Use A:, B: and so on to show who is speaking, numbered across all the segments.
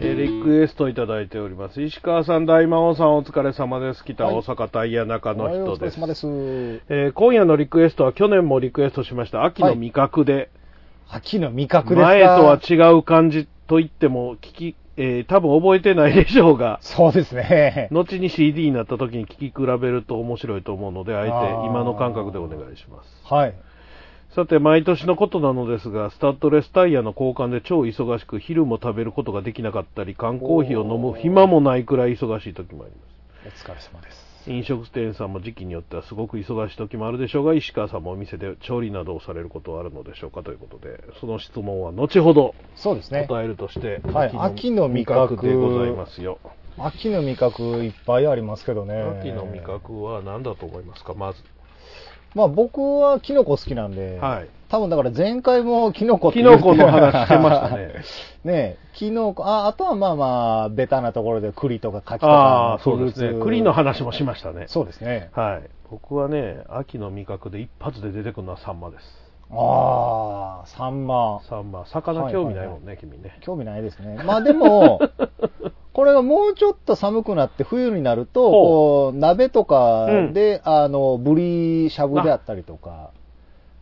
A: えーリクエストいただいております。石川さん、大魔王さん、お疲れ様です。北
B: はい
A: 大阪タイヤ中の
B: はい
A: 人
B: お疲れ
A: です。
B: 様です。
A: えー今夜のリクエストは去年もリクエストしました秋の味覚で、
B: 秋の味覚ですか
A: 前とは違う感じと言っても聞き、えー多分覚えてないでしょう が、
B: そうですね。
A: 後に CD になった時に聞き比べると面白いと思うので、あえて
B: あー
A: 今の感覚でお願いします。
B: はい。
A: さて、毎年のことなのですが、スタッドレスタイヤの交換で超忙しく、昼も食べることができなかったり、缶コーヒーを飲む暇もないくらい忙しい時もありま
B: お疲れ様です。
A: す。飲食店さんも時期によってはすごく忙しい時もあるでしょうが、石川さんもお店で調理などをされることはあるのでしょうかということで、その質問は後ほど
B: そうですね。
A: 答えるとして、
B: はい秋の味覚
A: でございますよ。
B: 秋の味覚いっぱいありますけどね。
A: 秋の味。覚は何だと思いますか、まず。
B: まあ僕はキノコ好きなんで、
A: はい。
B: 多分だから前回もキノコって
A: キ
B: 言
A: ノ
B: って
A: コの話してました。 ね。
B: ねえ、キノコ、あ、あとはまあまあ、ベタなところで栗とか柿とか。
A: ああ、そうですね。栗の
B: 話。
A: 話もしましたね。
B: そうですね。
A: はい、僕はね、秋の味覚で一発で出てくるのはサンマです。
B: ああ、サンマ。
A: サンマ、魚興味ないもんね、君ね。
B: 興味ないですね。まあで も、これがもうちょっと寒くなって冬になる
A: ほ
B: と、こう鍋とかで、あの、ブリしゃぶであったりとか、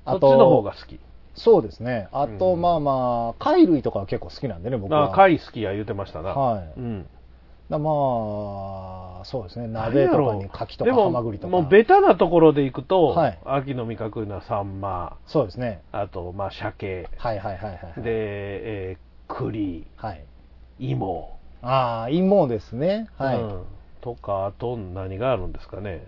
A: そっちの方が好き。
B: そうですね。あと、
A: うん
B: まあまあ、貝類とかは結構好きなんでね、僕は。
A: あ貝好きや言うてましたな。
B: はい
A: うん、
B: だまあ、そうですね。鍋とかに牡蠣と
A: で
B: か
A: も
B: ハマグリとか。
A: もうベタなところで行くと、
B: はい
A: 秋の味覚のはサンマ、
B: そうですね。
A: あと、まあ、鮭、
B: はいはいはいはい。
A: で、、えー栗、
B: はい。
A: 芋、
B: ああ、芋ですね。はい。
A: うんとか、あと何があるんですかね。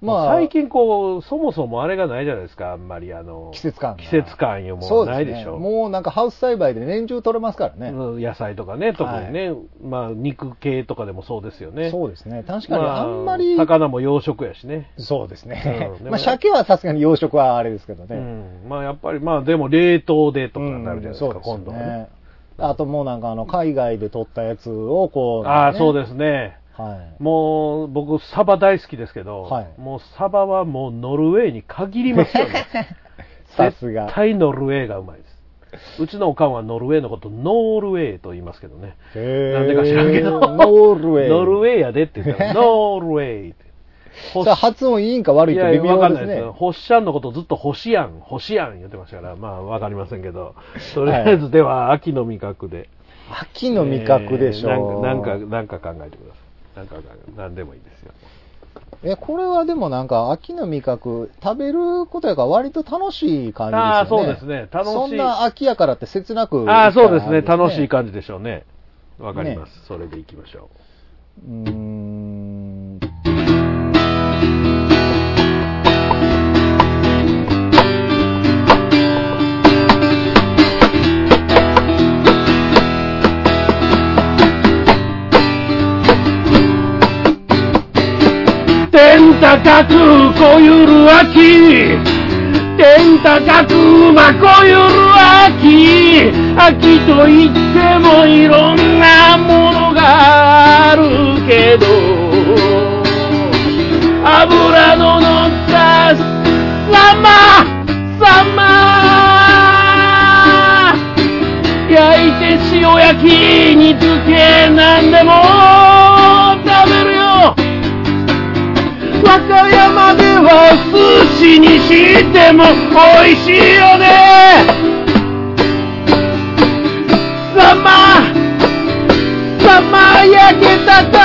B: まあ、
A: 最近こう、そもそもあれがないじゃないですか、あんまりあの
B: 季節感が
A: 季節感よ、も
B: そうう
A: ない
B: で
A: ですし
B: ね。
A: ょ。
B: もうなんかハウス栽培で年中取れますからね。
A: うん野菜とかね、特にね、まあ、肉系とかでもそうですよね。
B: そうですね。確かに
A: ま
B: あんまり、
A: 魚も養殖やしね。
B: そうですね
A: うん。でも
B: まあ、鮭はさすがに養殖はあれですけど
A: う
B: ね。
A: ん、まあやっぱり、まあでも冷凍でとかになるじゃないですか、
B: うんそう
A: 今度はね。
B: あともうなんかあの、海外で取ったやつをこう、
A: ああ、そう
B: す。
A: ですね。
B: はい。
A: もう僕、サバ大好きですけど、
B: はい
A: もうサバはもうノルウェーに限りますよね。
B: さすが
A: 絶対ノルウェーがうまいです。うちのおかんはノルウェーのこと、ノールウェーと言いますけどね。
B: へー
A: なんでか知らんけど
B: ノルウェー。
A: ノルウ
B: ェー。
A: ェーやでって言 ったら、ノールウェーって。
B: それ発音いいんか悪い
A: い
B: か
A: や
B: 微妙
A: わかんな
B: です
A: い
B: ね
A: です。よ。星ちゃんのことずっと星やん、星やん言ってましたから、まあわかりませんけど、とりあえずでは秋の味覚で。
B: 秋の味覚でしょ、
A: えーなんか、なんか、なんか考えてください。なんか考え、なんでもいいですよ。
B: え、これはでもなんか秋の味覚、食べることやから割と楽しい感じですよね。
A: ああ、そうですね。楽しい。
B: そんな秋やからって切なく。
A: ああ、そうですね。楽しい感じでしょうね。わかります。それでいきましょ
B: うーん。
A: う。天高くこゆる秋天高くまこゆる秋秋といってもいろんなものがあるけど油の乗ったサンマサンマ焼いて塩焼きにつけなんでも食べるよ和歌山では寿司にしても美味しいよねサンマサンマ焼けたか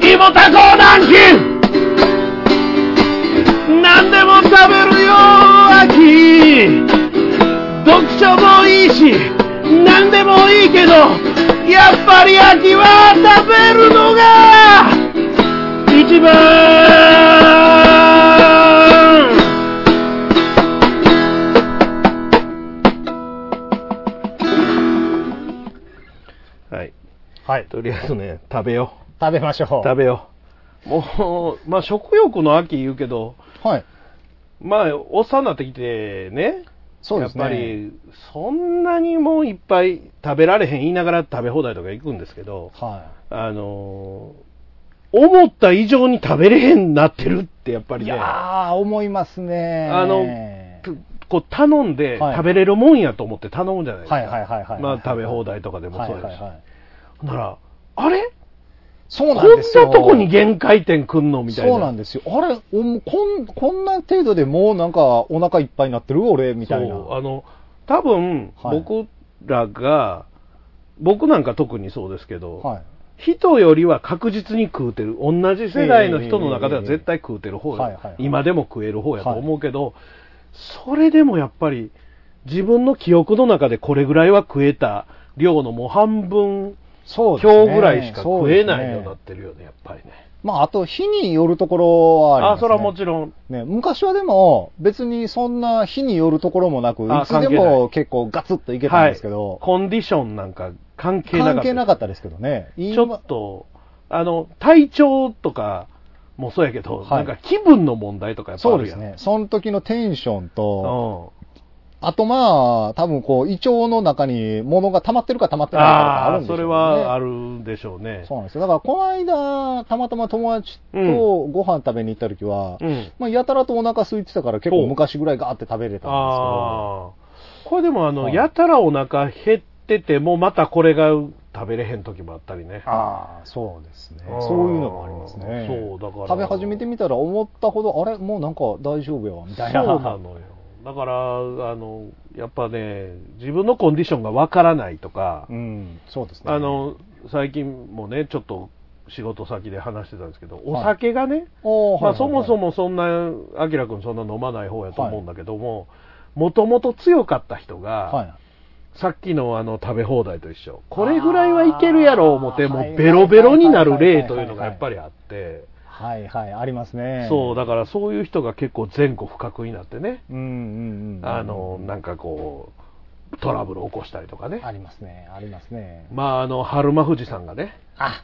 A: 芋たこ南京何でも食べるよ秋読書もいいし何でもいいけどやっぱり秋は食べるのが一番はい
B: はい。
A: とりあえずね食べよ
B: 食べましょ
A: う
B: う。
A: 食べようもうまあ食欲の秋言うけど
B: はい。
A: まあ、おっさんになってきてね、
B: そうですね。
A: やっぱり、そんなにもういっぱい食べられへん言いながら食べ放題とか行くんですけど、
B: は
A: あのー思った以上に食べれへんなってるって、やっぱ
B: い。
A: り
B: い
A: ね、
B: やー、思いますね。
A: あの
B: う
A: プこう頼んで
B: はい
A: 食べれるもんやと思って頼むじゃないですか。
B: はいはいはいはい
A: まあ食べ放題とかでもそうやし。
B: はいはいはい
A: ほんなら、あれ
B: そう
A: こ
B: なん
A: ん
B: ですよ。
A: なとこに限界点くんのみたいな。
B: そうなんですよ。あれ、おもうこんこんな程度でもうなんかお腹いっぱいになってる俺、みたいな。
A: そうあの多分、
B: はい
A: 僕らが僕なんか特にそうですけど、
B: はい。
A: 人よりは確実に食うてる同じ世代の人の中では絶対食うてる方や、
B: ええええええはいはいはい
A: 今でも食える方やと思うけど、それでもやっぱり自分の記憶の中でこれぐらいは食えた量のもう半分
B: そ
A: 今
B: う
A: 日
B: ですね。
A: ぐらいしか食えないようにな
B: そう
A: っ
B: です
A: て
B: ね
A: るよねやっぱりね
B: まあ、あと、日によるところはあり
A: あ
B: ます、ね。
A: それはもちろん
B: ね、昔はでも、別にそんな日によるところもなく、い
A: あ
B: つで
A: 関係な
B: も
A: い
B: 結構ガツッといけたんですけど、
A: コンディションなんか関係なか
B: 関
A: った
B: 係なかったですけどね。
A: ちょっと、あの、体調とかもそうやけど、
B: はい
A: なんか気分の問題とかやっぱ
B: そ
A: あ
B: う
A: る
B: で
A: や
B: す
A: ん。
B: ね。その時のテンションと、
A: う
B: あとまあ、多分こう、胃腸の中に物が溜まってるか溜まって
A: ん。
B: ないかとかあ
A: あ
B: る
A: あ
B: ん
A: ー、
B: でしょ
A: そう
B: ね。
A: れはあるんでしょうね。
B: そうなんですよ。だから、この間、たまたま友達と
A: うん
B: ご飯食べに行った時は、
A: うん。
B: まあ、やたらとお腹空いてたから、結
A: ほ
B: 構
A: う
B: 昔ぐらいガーって食べれたんですけど、
A: ああ。これでも、あの、
B: はい
A: やたらお腹減ってても、またこれが食べれへん時もあったりね。
B: ああ、そうですね
A: あー
B: そういうのもありますね。
A: そうだから
B: 食べ始めてみたら、思ったほど、あれもうなんか大丈夫やわ、み
A: そ
B: た
A: う
B: いな。
A: なのよ。だから、あの、やっぱね、自分のコンディションがわからないとか、
B: うん、そうですね。
A: あ、の、最近もね、ちょっと仕事先で話してたんですけど、お酒がね、
B: おー
A: ま
B: は
A: あ、
B: い
A: そもそ
B: も、
A: もそんな、あきらくんそんな飲まない方やと思うんだけども、もともと強かった人が、
B: は
A: さっきのあの食べ放題と一緒、これぐらいはいけるやろう思って、もうベロベロになる例というのがやっぱりあって、
B: い、はいはい、ありますね。
A: そう、だからそういう人が結構前後不覚になってね、
B: うんうんうん。
A: あの、なんかこう、トラブルを起こしたりとかね。
B: ありますね、ありますね。
A: まあ、あの、春間富士さんがね、
B: あ、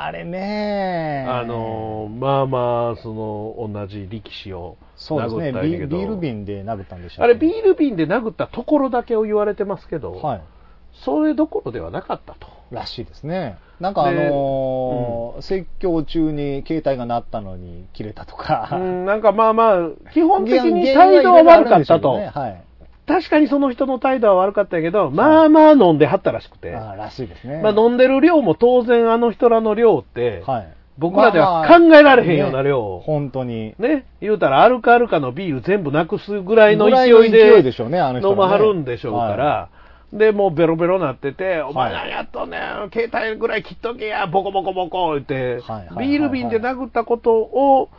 B: あれね
A: あの、まあまあ、その、同じ力士を
B: そうです
A: 殴
B: ね
A: ったん
B: ビ
A: やけど、
B: ビール瓶で殴ったんでしょ
A: あれ、ビール瓶で殴ったところだけを言われてますけど、
B: はい
A: それどころではなかったと。
B: らしいですねなんかあのー説教中に携帯が鳴ったのに切れたとか、
A: うん、なんかまあまあ、基本的に
B: 原
A: 態度は悪かった
B: 原因はいろいろあ
A: と。
B: るんでしょうね
A: 確かにその人の態度は悪かったんやけど、まあまあ飲んではったらしくて。
B: はいあーらしいですね
A: まあ飲んでる量も当然あの人らの量って、
B: はい
A: 僕らで
B: ま
A: は
B: あまあ
A: 考えられへんような量を。
B: 本当に
A: ね、言うたらアルカアルカのビール全部なくすぐらいの勢い
B: ぐらいの勢
A: で
B: いでしょうねあの人はね
A: 飲まはるんでしょうから、で、もうベロベロなってて、お前
B: は
A: 何やっとんねん、携帯ぐらい切っとけや、ボコボコボコって、
B: はいはいはいはい
A: ビール瓶で殴ったことを、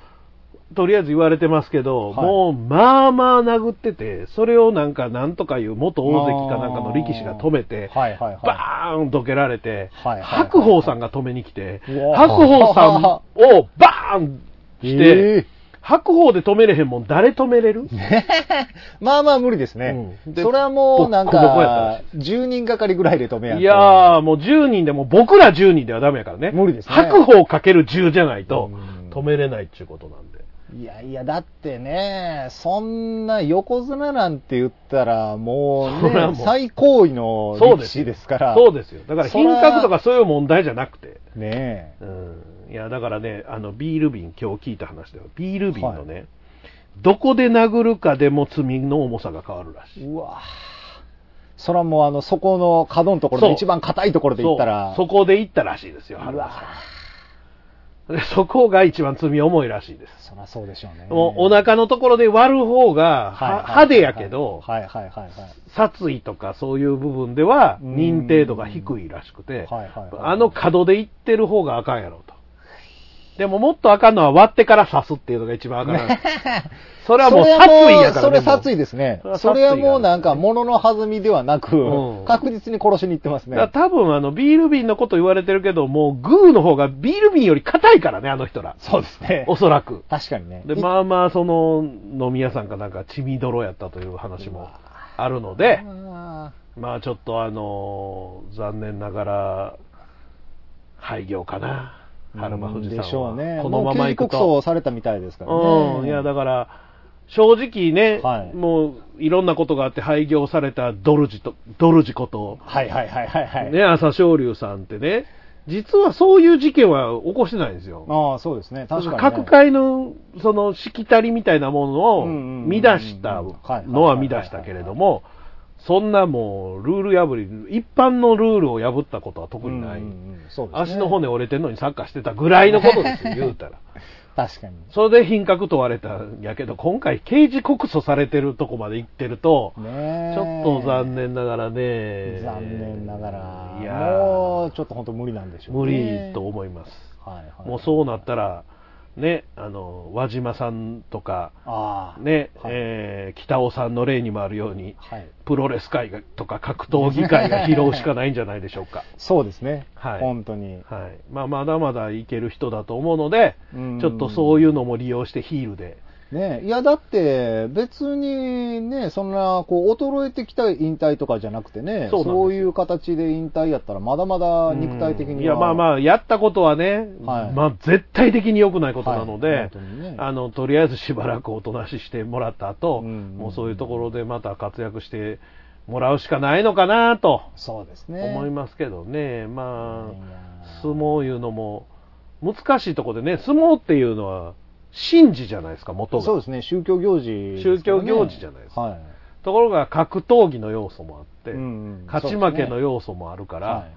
A: とりあえず言われてますけど、
B: はい
A: もうまあまあ殴ってて、それをなんかなんとかいう元大関かなんかの力士が止めて、
B: はいはいはい
A: バーンどけられて、
B: はいはいはい
A: 白鵬さんが止めに来て、
B: うわ
A: 白鵬さんをバーンして、
B: え
A: 白鵬で止めれへんもん、誰止めれる
B: ーまあまあ無理ですね、
A: うんで
B: それはもうなん
A: ボッコボコや
B: か
A: っ
B: 10人がかりぐらいで止めやんと
A: いやー、もう10人でも、僕ら10人ではダメやからね。
B: 無理ですね
A: 白鵬かける10じゃないと
B: うん、
A: 止めれないっていうことなんで。
B: いやいや、だってね、そんな横綱なんて言ったら、もう
A: そりゃ
B: ね、
A: もう
B: 最高位の
A: そう
B: 力
A: です。
B: 士ですから。
A: そうですよ。だから
B: そら
A: 品格とかそういう問題じゃなくて。
B: ねえ。
A: うん。いや、だからね、あの、ビール瓶、今日聞いた話では、ビール瓶のね、どこで殴るかでも罪の重さが変わるらしい。
B: うわぁそらもうあの、そこの角のところ
A: そう
B: の一番硬いところで言ったら、
A: そうそこで行ったらしいですよ、
B: う
A: 春菜
B: わ
A: さんでそこが一番罪重いらしいです。
B: そらそうでしょうね。
A: もうお腹のところで割る方が、
B: はいはい
A: は派手やけど、
B: はいはいはいはい。
A: 殺意とかそういう部分では
B: うん
A: 認定度が低いらしくて、
B: はいはいはい
A: あの角で行ってる方があかんやろと。でももっとあかんのは割ってから刺すっていうのが一番あかん やろ。それはもう殺意やからね。
B: それはもうそれ
A: もう
B: 殺意ですね
A: それは。殺意
B: それはもうなんか、物の弾みではなく、
A: うん
B: 確実に殺しに行ってますね。
A: だから多分あのビール瓶のこと言われてるけど、もうグーの方がビール瓶より硬いからね、あの人ら。
B: そうですね。
A: おそらく。
B: 確かにね。
A: で、
B: い
A: まあまあ、その飲み屋さんかなんか血みどろやったという話もあるので、
B: あ
A: まあちょっとあのー残念ながら、廃業かな、
B: ー
A: 春馬富士さんは。
B: でしょうね。
A: このまま行く
B: もう刑事告訴
A: と。
B: されたみたいですからね。
A: うん、いや、だから、正直ね、
B: はい
A: もういろんなことがあって廃業されたドルジと、ドルジこと、
B: はいはいはいはいはい。
A: ね、朝青龍さんってね、実はそういう事件は起こしてないんですよ。
B: ああ、そうですね。確かに、ね。
A: 各界のそのしきたりみたいなものを
B: うんうんうんうん
A: 見出したのは見出したけれども、そんなもうルール破り、一般のルールを破ったことは特にない。
B: うんうんうんそうですね
A: 足の骨折れてんのにサッカーしてたぐらいのこと ですよ、言うたら。
B: 確かに。
A: それで品格問われたんやけど、今回刑事告訴されてるとこまで行ってると、
B: ねえ
A: ちょっと残。念ながらね。
B: 残念ながら。
A: いや
B: も
A: ー
B: う、ちょっと本当無理なんでしょう
A: 無理と
B: はい
A: 思います。
B: はい。
A: もうそうなったら、ね、あの、和島さんとか、
B: ああ。
A: ね、
B: はい
A: えー北尾さんの例にもあるように、
B: はい。
A: プロレス界がとか格闘技界が拾うしかないんじゃないでしょう か。
B: そうですね。
A: はい
B: 本当に。
A: はい。まあ、まだまだいける人だと思うので、
B: うん
A: ちょっとそういうのも利用してヒールで。
B: ねえいや、だって、別にね、そんな、こう、衰えてきた引退とかじゃなくてね、
A: そうなんですよ
B: いう形で引退やったら、まだまだ肉体的に
A: うん
B: は。
A: いや、まあ
B: あ、
A: まあ、やったことはね、
B: はい
A: まあ、絶対的に良くないことなので、
B: はい本当にね
A: あの、とりあえずしばらくおとなししてもらった後、
B: うんうん
A: もうそういうところでまた活躍してもらうしかないのかなと
B: そうですね。
A: 思いますけどね、ま
B: いや
A: あ、相撲いうのも難しいところでね、相撲っていうのは神事じゃないですか、元が。
B: そうですね、宗教行事、
A: 宗教行事じゃないですか
B: はい。
A: ところが格闘技の要素もあって、
B: うんうん
A: 勝ち負けの要素もあるから、
B: はい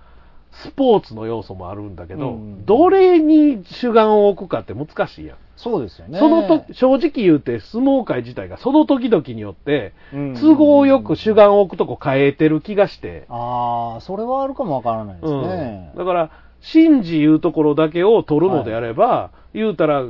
A: スポーツの要素もあるんだけど、
B: うん
A: どれに主眼を置くかって難しいやん。
B: そうですよね。
A: そのと、正直言うて相撲界自体がその時々によって、
B: うん
A: 都合よく主眼を置くとこ変えてる気がして、
B: ああ、それはあるかもわからないですね
A: うん。だから、真事いうところだけを取るのであれば、言うたら、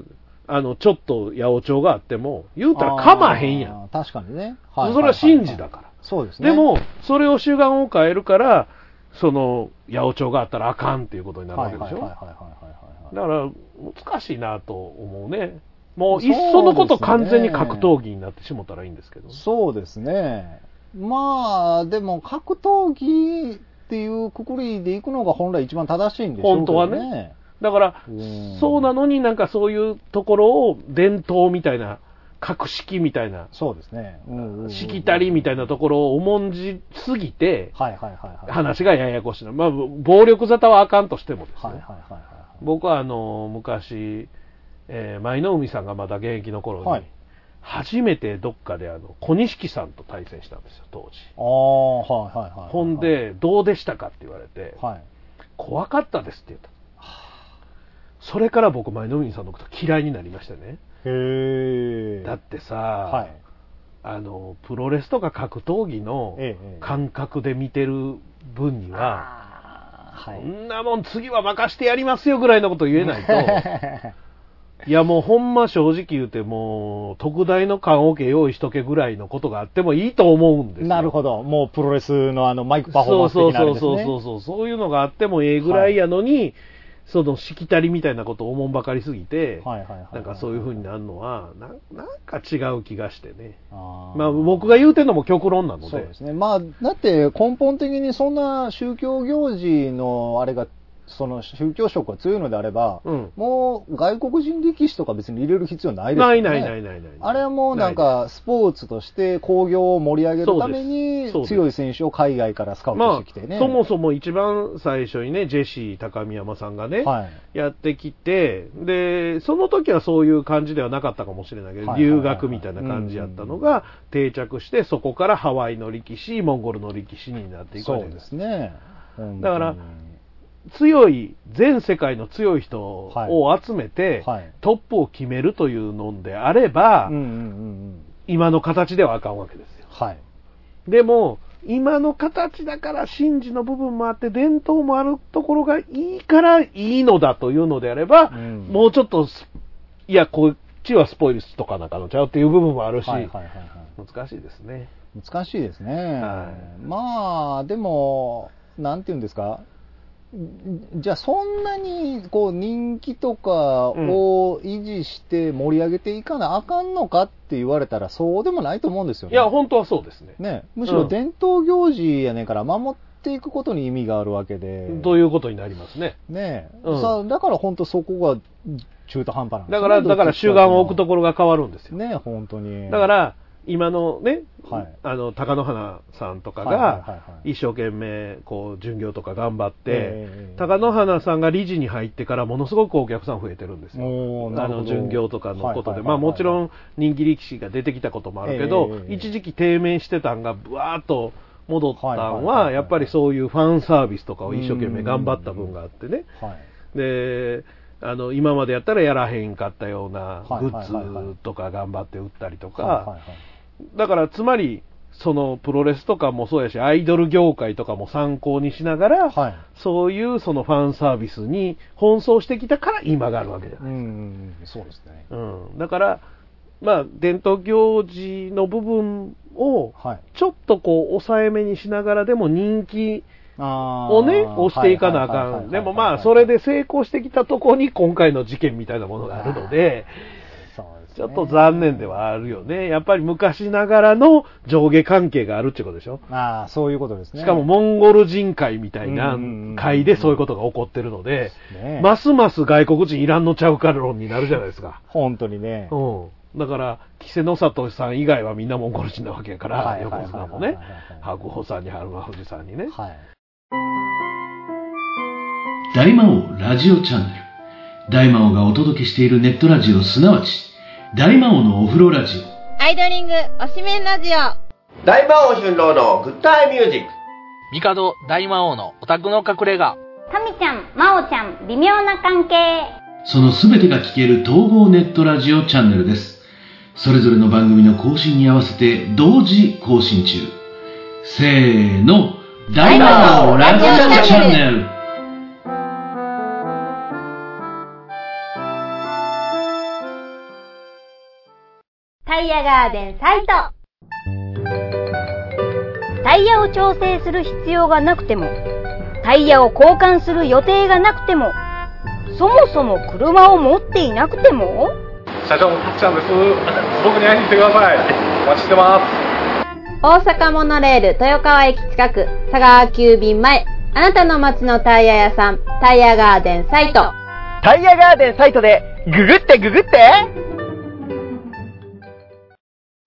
A: あの、ちょっと八百長があっても、言うたらかまへんやん。
B: あー。確かにね。
A: それは真事だから。
B: そうですね。
A: でも、それを主眼を変えるから、その、八百長があったらあかんっていうことになるわ
B: はい、
A: け
B: はい
A: で
B: はい
A: し
B: はいはい
A: ょ。
B: はいはい。
A: だから、難しいなと思うね。もう、
B: そう
A: いっ
B: ですね
A: そのこと完全に格闘技になってしもたらいいんですけど。
B: そうですね。まあ、でも格闘技っていうくくりでいくのが本来一番正しいんでしょうけど
A: 本当はだから
B: うん、
A: そうなのになんかそういうところを伝統みたいな、格式みたいな、
B: そうですね。うんうんうん
A: しきたりみたいなところを重んじすぎて、
B: はいはいはいはい。
A: 話がややこしいな。まあ、暴力沙汰はあかんとしてもです
B: はいはい
A: ね。
B: はいはい。
A: 僕はあの、昔、えー舞の海さんがまだ現役の頃
B: は
A: に
B: い、
A: 初めてどっかであの、小錦さんと対戦したんですよ、当時。
B: ああ、はいはいはいはい。
A: ほん、で、どうでしたかって言われて、
B: はい。
A: 怖かったですって言った。それから僕、舞の海さんのこと嫌いになりましたね。
B: へえ。
A: だってさ、
B: はい。
A: あの、プロレスとか格闘技の
B: ええええ
A: 感覚で見てる分には、
B: は
A: こ
B: い。
A: んなもん次は任してやりますよぐらいのこと言えない と、いやもうほんま正直言うてもう、特大の缶オケ用意しとけぐらいのことがあってもいいと思うんですよ。
B: なる
A: ど。
B: ほど。もうプロレスのあのマイクパフォー
A: そ
B: マ
A: う
B: ンス
A: そう
B: 的なあ
A: そ
B: れ
A: う
B: です
A: そう
B: ね。
A: そうそう、そういうのがあってもええぐらいやのに、そのしきたりみたいなことをおもんばかりすぎて、
B: はいはいはいはい
A: なんかそういうふうになるのはなん、なんか違う気がしてね。
B: あー
A: まあ僕が言うてんのも極論なの
B: そう
A: で
B: で。すね。まあ、だって根本的にそんな宗教行事のあれが、その宗教色が強いのであれば、
A: うん
B: もう外国人力士とか別に入れる必要ないですよ
A: な
B: ね。
A: いないないないない。
B: あれはもうなんかスポーツとして興行を盛り上げるために
A: そうです
B: 強い選手を海外からスカウト
A: ま
B: してきてね。
A: あ、そもそも一番最初にね、ジェシー高見山さんがね、
B: はい。
A: やってきて、で、その時はそういう感じではなかったかもしれないけど、
B: はいはいはい
A: 留学みたいな感じやったのが定着して、そこからハワイの力士、モンゴルの力士になっていくわ
B: そ
A: け
B: う
A: で。
B: ですすね。本当に
A: だから強い、全世界の強い人を集めて、
B: はいはい
A: トップを決めるというのであれば、
B: うんうんうんうん。
A: 今の形ではあかんわけですよ。
B: はい。
A: でも、今の形だから神事の部分もあって、伝統もあるところがいいからいいのだというのであれば、
B: うん
A: もうちょっとす、いや、こっちはスポイルスとかなんかのちゃうっていう部分もあるし、
B: はいはいはいはい。
A: 難しいですね。
B: 難しいですね、
A: は
B: まあでもなんて言うんですかじゃあそんなにこう人気とかを維持して盛り上げていかなあかんのかって言われたらそうでもないと思うんですよ
A: い
B: ね
A: や、本当はそうですね。
B: ねむし
A: う
B: ろ
A: ん
B: 伝統行事やねんから守っていくことに意味があるわけで
A: ということになりますね。
B: ねえ、
A: うん
B: さあだから本当そこが中途半端なんですね
A: だから、だから、主眼を置くと
B: こ
A: ころが変わるんですよ。
B: ね本当に
A: だから、今のね、
B: はい
A: あの、高野花さんとか
B: はいはいは
A: が
B: いは、い
A: 一生懸命、こう、巡業とか頑張って、
B: ええ
A: 高野花さんが理事に入ってから、ものすごくお客さん増えてるんですよ。
B: おーな
A: あ
B: るほ
A: の
B: ど
A: 巡業とかのこと
B: はいはいはいは
A: で、
B: い
A: まあもちろん人気力士が出てきたこともあるけど、
B: ええ
A: 一時期低迷してたんが、ぶわーっと戻った
B: はいはい
A: ん
B: はいは
A: は、
B: い
A: やっぱりそういうファンサービスとかを一生懸命頑張った分があってね、
B: はい。
A: で、あの今までやったらやらへんかったような
B: はい
A: グ
B: はいはいはい
A: ッズとか頑張って売ったりと
B: はいは
A: か
B: い、はい
A: だからつまり、そのプロレスとかもそうやし、アイドル業界とかも参考にしながら、
B: はい
A: そういうそのファンサービスに奔走してきたから今があるわけじゃ
B: う
A: ない。
B: ん、そうですね。
A: うん、だから、まあ、伝統行事の部分を、
B: はい。
A: ちょっとこう、抑えめにしながらでも人気
B: あー
A: をね、押していかなあかん。でもまあ、それ、で成功してきたとこに今回の事件みたいなものがあるので、
B: そうですね
A: ちょっと残念で。はあるよね。やっぱり昔ながらの上下関係があるってことでしょ。
B: ああ、そういうことですね。
A: しかも、モンゴル人会みたいな
B: うんうんうん
A: 会でそういうことが起こってるので、
B: ね
A: ますます外国人いらんのちゃうか論になるじゃないですか。
B: 本当にね。
A: うん。だから、稀勢の里さん以外はみんなモンゴル人なわけやから、
B: はいはいはい
A: 横綱もね
B: はいはいはい、
A: 白鵬さんに春馬富士さんにね。
B: はい。
C: 大魔王ラジオチャンネル。大魔王がお届けしているネットラジオ、すなわち、大魔王のお風呂ラジオ。
D: アイドリング推しメンラジオ
E: 大魔王春郎のグッタイミュージック。
F: 帝大魔王のオタクの隠れ家。
D: タミちゃん、マオちゃん、微妙な関係
C: そのすべてが聞ける統合ネットラジオチャンネルです。それぞれの番組の更新に合わせて同時更新中。せーの、大魔王ラジオチャンネル。
D: タイヤガーデンサイトタイヤを調整する必要がなくてもタイヤを交換する予定がなくてもそもそも車を持っていなくても
G: 社長もピッチャーです。僕に会いに来てください。お待ちしてます。
H: 大阪モノレール豊川駅近く佐川急便前あなたの街のタイヤ屋さんタイヤガーデンサイト
E: タイヤガーデンサイトで、ググってググって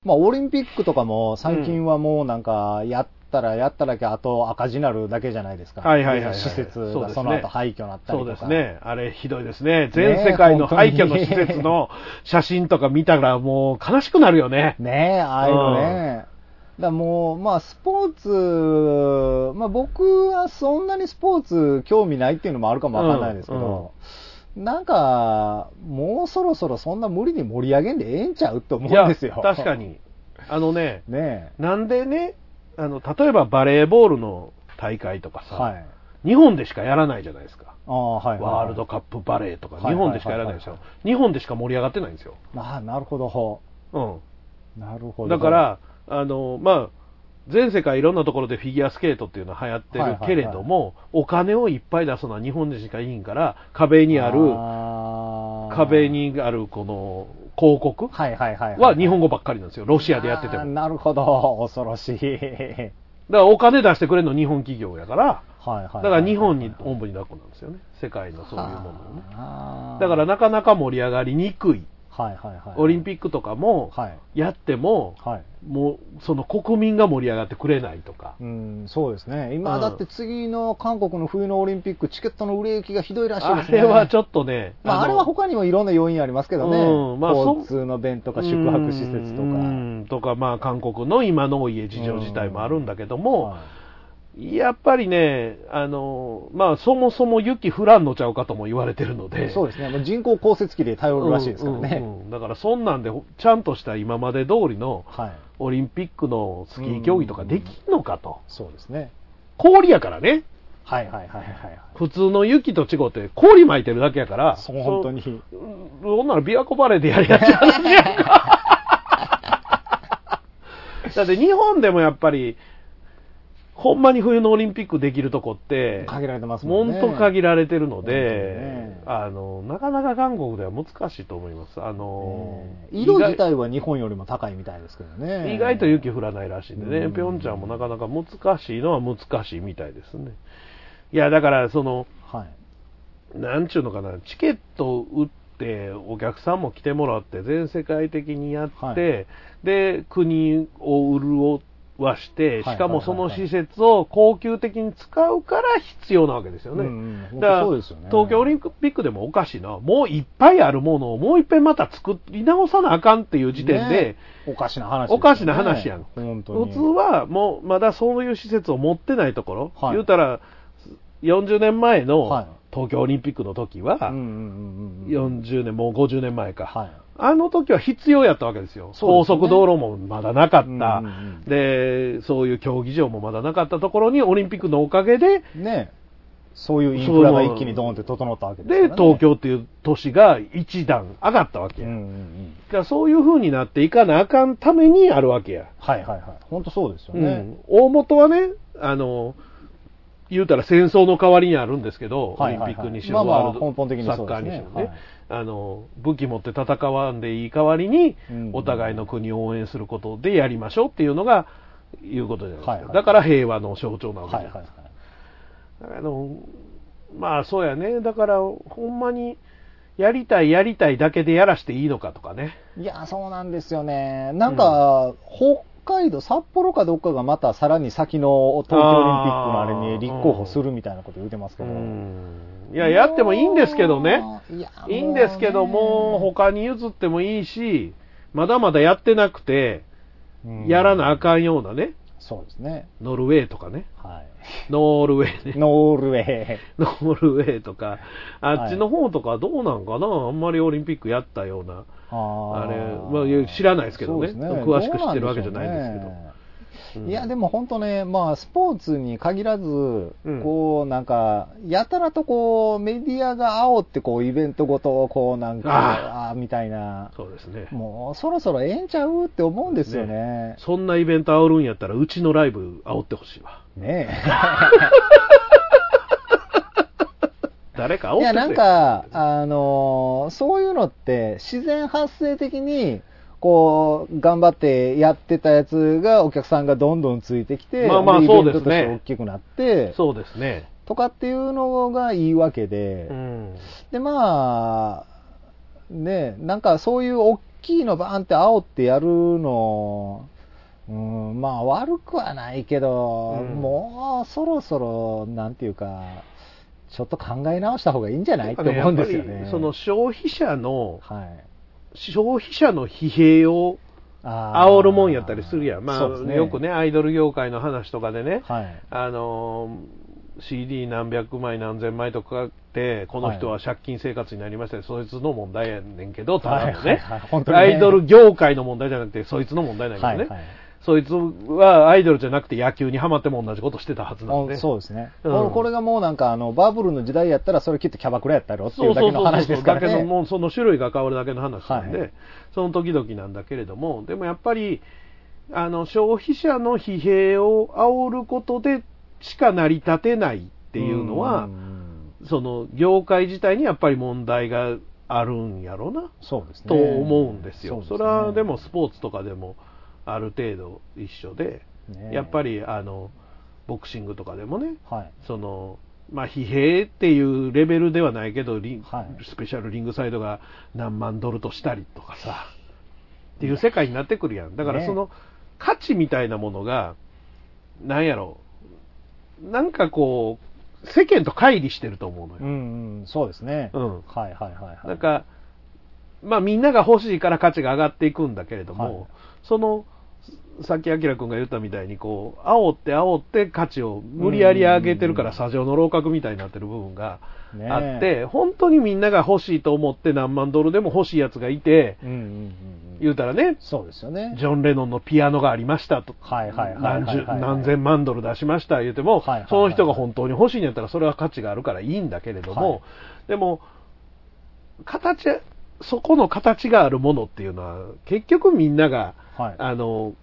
B: まあ、オリンピックとかも最近はもうなんか、やったらやっただけ、あと赤字になるだけじゃないですか。
A: はいはいはいはい
B: 施設
A: そうで
B: が
A: すね
B: その後廃墟になったり
A: そ
B: と
A: うで
B: か。
A: す。ね。あれ、ひどいですね。全世界の廃墟の施設の写真とか見たらもう悲しくなるよね。
B: ねえ、ああいうのね。だからもう、まあ、スポーツ、まあ、僕はそんなにスポーツ興味ないっていうのもあるかもわかんないですけど、なんか、もうそろそろそんな無理に盛り上げんでええんちゃうと思うんですよ。
A: 確か。に。あのね、
B: ね
A: なんでね、あの、例えばバレーボールの大会とか
B: え。
A: さ、
B: はい。
A: 日本でしかやらないじゃないですか。
B: ああ、はい、はい。
A: ワールドカップバレーとか、
B: はい
A: 日本でしかやらないでし
B: は
A: ょ
B: い。
A: 日本でしか盛り上がってないんですよ。
B: ああ、なるほど。
A: うん。
B: なるほ
A: だ
B: ど。
A: か、ら、あのまあ、全世界いろんなところでフィギュアスケートっていうのは流行って
B: はい
A: る
B: はいは
A: け
B: い
A: れども、お金をいっぱい出すのは日本人しかいいんから、壁にある、
B: あー
A: 壁、にあるこの広告
B: はいはいはい、
A: は日本
B: 語
A: 語ばっかりなんですよ、ロシアでやってても。だか
B: なるほど、恐ろしい。
A: らお金出してくれるの日本企業やから、
B: はいは
A: だ
B: い。
A: から日本におんぶに抱っこなんですよね、世界のそういうものをね。
B: あー
A: だからなかなか盛り上がりにくい、
B: はいはいはい。
A: オリン
B: ピ
A: ピックとかも
B: はい。
A: やっても、
B: はい。
A: もうその国民が盛り上がってくれないとか。
B: うん、そうですね。今、
A: うん
B: だって次の韓国の冬のオリンピック、チケットの売れ行きがひどいらしいで
A: あ
B: すね。
A: れはち
B: ょっ
A: ょっとね、
B: まあ、あれは
A: の
B: 他にもいろんな要因ありますけどね。
A: うんまあそ
B: 交通の便とか宿泊施設と
A: う
B: か。
A: んとか、まあ、韓国の今のお家事情自体もあるんだけども
B: は、
A: やっぱりね、あのまあ、そもそも雪降らんのちゃうかとも言われてるの
B: い
A: で、
B: そうですね。もう人工降雪機で頼るらしいですから
A: うん
B: ね。
A: うんうんだからそんなんで、ちゃんとした今まで通りの
B: はい。
A: オリンピックのスキー競技とかできんのかと、
B: そうですね。
A: 氷やからね、
B: はいはいはいはい。
A: 普通の雪と違って、氷巻いてるだけやから、
B: そう本当に。
A: うんそんなら琵琶湖バレーでやりやっちゃう話やんかだって日本でもやっぱり、ほんまに冬のオリンピックできるとこって、
B: 限られてますも
A: も
B: んね。
A: んと限られてるので、
B: ね
A: あの、なかなか韓国では難しいと思います。あの、
B: えー色自体は日本よりも高いみたいですけどね。
A: 意外と雪降らないらしいんで
B: う
A: ね、
B: ん
A: ピョンチャンもなかなか難しいのは難しいみたいですね。いや、だから、その、
B: はい。
A: なんちゅうのかな、チケットを売っってお客さんも来てもらって全世界的にやって、
B: はい
A: で国を潤わして
B: はい
A: しかもそ
B: はい
A: の
B: はいはい
A: 施設を恒久的に使うから必要なわけですよね、
B: うんうん
A: だから
B: そうですよね
A: 東京オリンピックでもおかしいなもういっぱいあるものをもういっぺんまた作り直さなあかんっていう時点で、
B: ねおかしな話ですよね、
A: おかしな話やん。
B: 本当
A: 普
B: に
A: 通はもうまだそういう施設を持ってないところ、
B: はい
A: 言うたら40年前
B: はい
A: の東京オリンピックの時は、
B: うんうんうんうん
A: 40年、もう50年前か、
B: はい
A: あの時は必要やったわけですよ、
B: そ
A: 高
B: うですね
A: 速道路もまだなかった、
B: うんうん
A: で、そういう競技場もまだなかったところに、オリンピックのおかげで、
B: ねそういうインフラが一気にドーンって整ったわけですから
A: で
B: ね。
A: 東京っていう都市が一段上がったわけ
B: うん
A: や、
B: う
A: だ
B: んうん。
A: からそういう風になっていかなあかんためにあるわけや。
B: はいはいはい。本当そうですよ
A: う
B: ね。
A: ん、大元はね、あの、言うたら戦争の代わりにあるんですけど、
B: はいはいはい
A: オリンピックにし
B: まあ
A: ろ、
B: まあ
A: ワール
B: 根本的に
A: ドサ
B: そう
A: ッ
B: で
A: カー
B: すね
A: にしろね、
B: はい
A: あの、武器持って戦わんでいい代わりに
B: うん、
A: お互いの国を応援することでやりましょうっていうのが、いうことじゃないですか。
B: はいはい
A: だから平和の象徴なわけ
B: はい
A: じゃない
B: はいはい
A: です。か。あの、まあそうやね、だからほんまに、やりたいやりたいだけでやらしていいのかとかね。
B: いや、そうなんですよね。なんか、北海道、札幌かどっかがまたさらに先の東京オリンピックのあれに立候補するみたいなこと言うてますけど。
A: いや、やってもいいんですけどね。
B: いや。
A: いいんですけども、他に譲ってもいいし、まだまだやってなくて、
B: うん
A: やらなあかんようなね、
B: そうですね。
A: ノルウェーとか ね、
B: はい。
A: ノールウェーね、
B: ノールウェー。
A: ノールウェーとか、あっちの方とかどうなんかな、あんまりオリンピックやったような、
B: あ
A: あれ
B: ー
A: まあいや知らないですけどね
B: そう
A: 詳しく知ってるわけじゃないですけど
B: どうなんでしょうね
A: うん
B: いや、でも本当ね、まあ、スポーツに限らず、
A: ん
B: こう、なんか、やたらとこう、メディアが煽って、こう、イベントごとを、こう、なんか、あ
A: あ
B: あーみたいな、
A: そうですね、
B: もう、そろそろええんちゃうって思うんですよね。
A: そんなイベント煽るんやったら、うちのライブ煽ってほしいわ、
B: ね
A: 誰か煽ってくれ
B: え。いや、なんか、あのーそういうのって、自然発生的に、こう、頑張ってやってたやつが、お客さんがどんどんついてきて、
A: まあまあ
B: イベント
A: そうです
B: と
A: ね
B: して大きくなって、
A: そうですね、
B: とかっていうのがいいわけで、
A: うん、
B: で、まあ、ね、なんかそういう大きいのバーンって煽ってやるの、うん、まあ悪くはないけど、
A: うん
B: もうそろそろ、なんていうか、ちょっと考え直した方がいいんじゃないって思うんですよ
A: やっぱ
B: ね。
A: りその消費者の、
B: はい。
A: 消費者の疲弊を
B: あー
A: 煽るもんやったりするやん、ま
B: そ
A: あ
B: うです
A: よくね、アイドル業界の話とかでね、
B: はい。
A: あのー CD 何百枚、何千枚とか買って、この人は借金生活になりましたよそいつの問題やねんけど、ただの
B: はいはい
A: ね
B: はい本当、にね
A: アイドル業界の問題じゃなくて、そいつの問題なん
B: は
A: や
B: い、
A: けど
B: は
A: ね、
B: い
A: そいつはアイドルじゃなくて野球にハマっても同じことしてたはずなんで。
B: あそうですね、
A: うん
B: これこれがもうなんかあのバブルの時代やったらそれきっとキャバクラやったろっていうだけの話ですからね
A: だけど、もうその種類が変わるだけの話なんで、
B: はい
A: その時々なんだけれども、でもやっぱり、あの消費者の疲弊を煽ることでしか成り立てないっていうのは、
B: ん
A: その業界自体にやっぱり問題があるんやろうな、
B: そうですね
A: と思うんですよ。
B: う
A: それはでもスポーツとかでもある程度一緒で、
B: ね
A: やっぱりあのボクシングとかでもね、
B: はい
A: そのまあ疲弊っていうレベルではないけどリン、
B: はい
A: スペシャルリングサイドが何万ドルとしたりとかさっていう世界になってくるやんだから
B: ね
A: その価値みたいなものがなんやろなんかこう世間と乖離してると思うの
B: う
A: よ、
B: ん、うん、そうですね、
A: うん
B: はいはいはいはい
A: なんかまあみんなが欲しいから価値が上がっていくんだけれども、
B: はい
A: そのさっき、あきら君が言ったみたいに、こう、煽って煽って価値を無理やり上げてるから、
B: うん
A: 砂上の楼閣みたいになってる部分が
B: ね
A: あって、本当にみんなが欲しいと思って何万ドルでも欲しいやつがいて、
B: うんうんうんうん
A: 言うたらね、
B: そうですよね
A: ジョン・レノンのピアノがありましたと。
B: はいはいはい
A: 何
B: はい
A: 十
B: はい
A: 何千万ドル出しました言うても、
B: はいはいはい
A: その人が本当に欲しいんやったらそれは価値があるからいいんだけれども、
B: はい
A: でも形そこの形があるものっていうのは結局みんなが、
B: はい
A: あの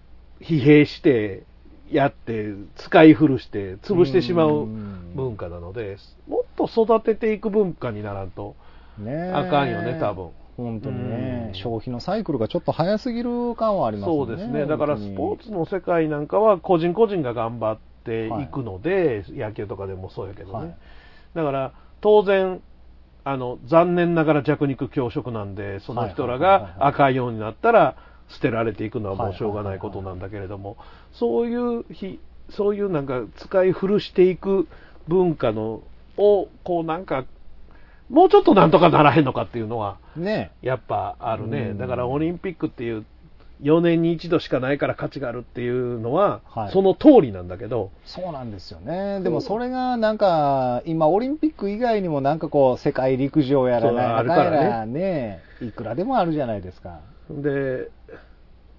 A: 疲弊してやって使い古して潰してしまう文化なのでもっと育てていく文化にならんと
B: ね
A: あかんよね多分。
B: 本当にね
A: うん
B: 消費のサイクルがちょっと早すぎる感はありますね
A: そうですね、だからスポー
B: ツ
A: ツの世界なんかは、個人個人が頑張っていくので、野球とかでもそうやけどね、
B: はい
A: だから当然、あの残念ながら弱肉強食なんでその人ら
B: はいはいはい
A: が
B: はい
A: 赤いようになったら捨てられていくのはもうしょうがないことなんだけれどもそういう日そういうなんか使い古していく文化のをこうなんかもうちょっとなんとかならへんのかっていうのは
B: ね
A: やっぱあるね
B: うん
A: だからオリンピックっていう4年に一度しかないから価値があるっていうのは、
B: はい
A: その通りなんだけど、
B: そうなんですよね。でもそれがなんか、今オリンピック以外にもなんかこう、世界陸上やら
A: そうあ
B: な
A: る
B: い
A: からね
B: やらね、いくらでもあるじゃないですか。
A: で、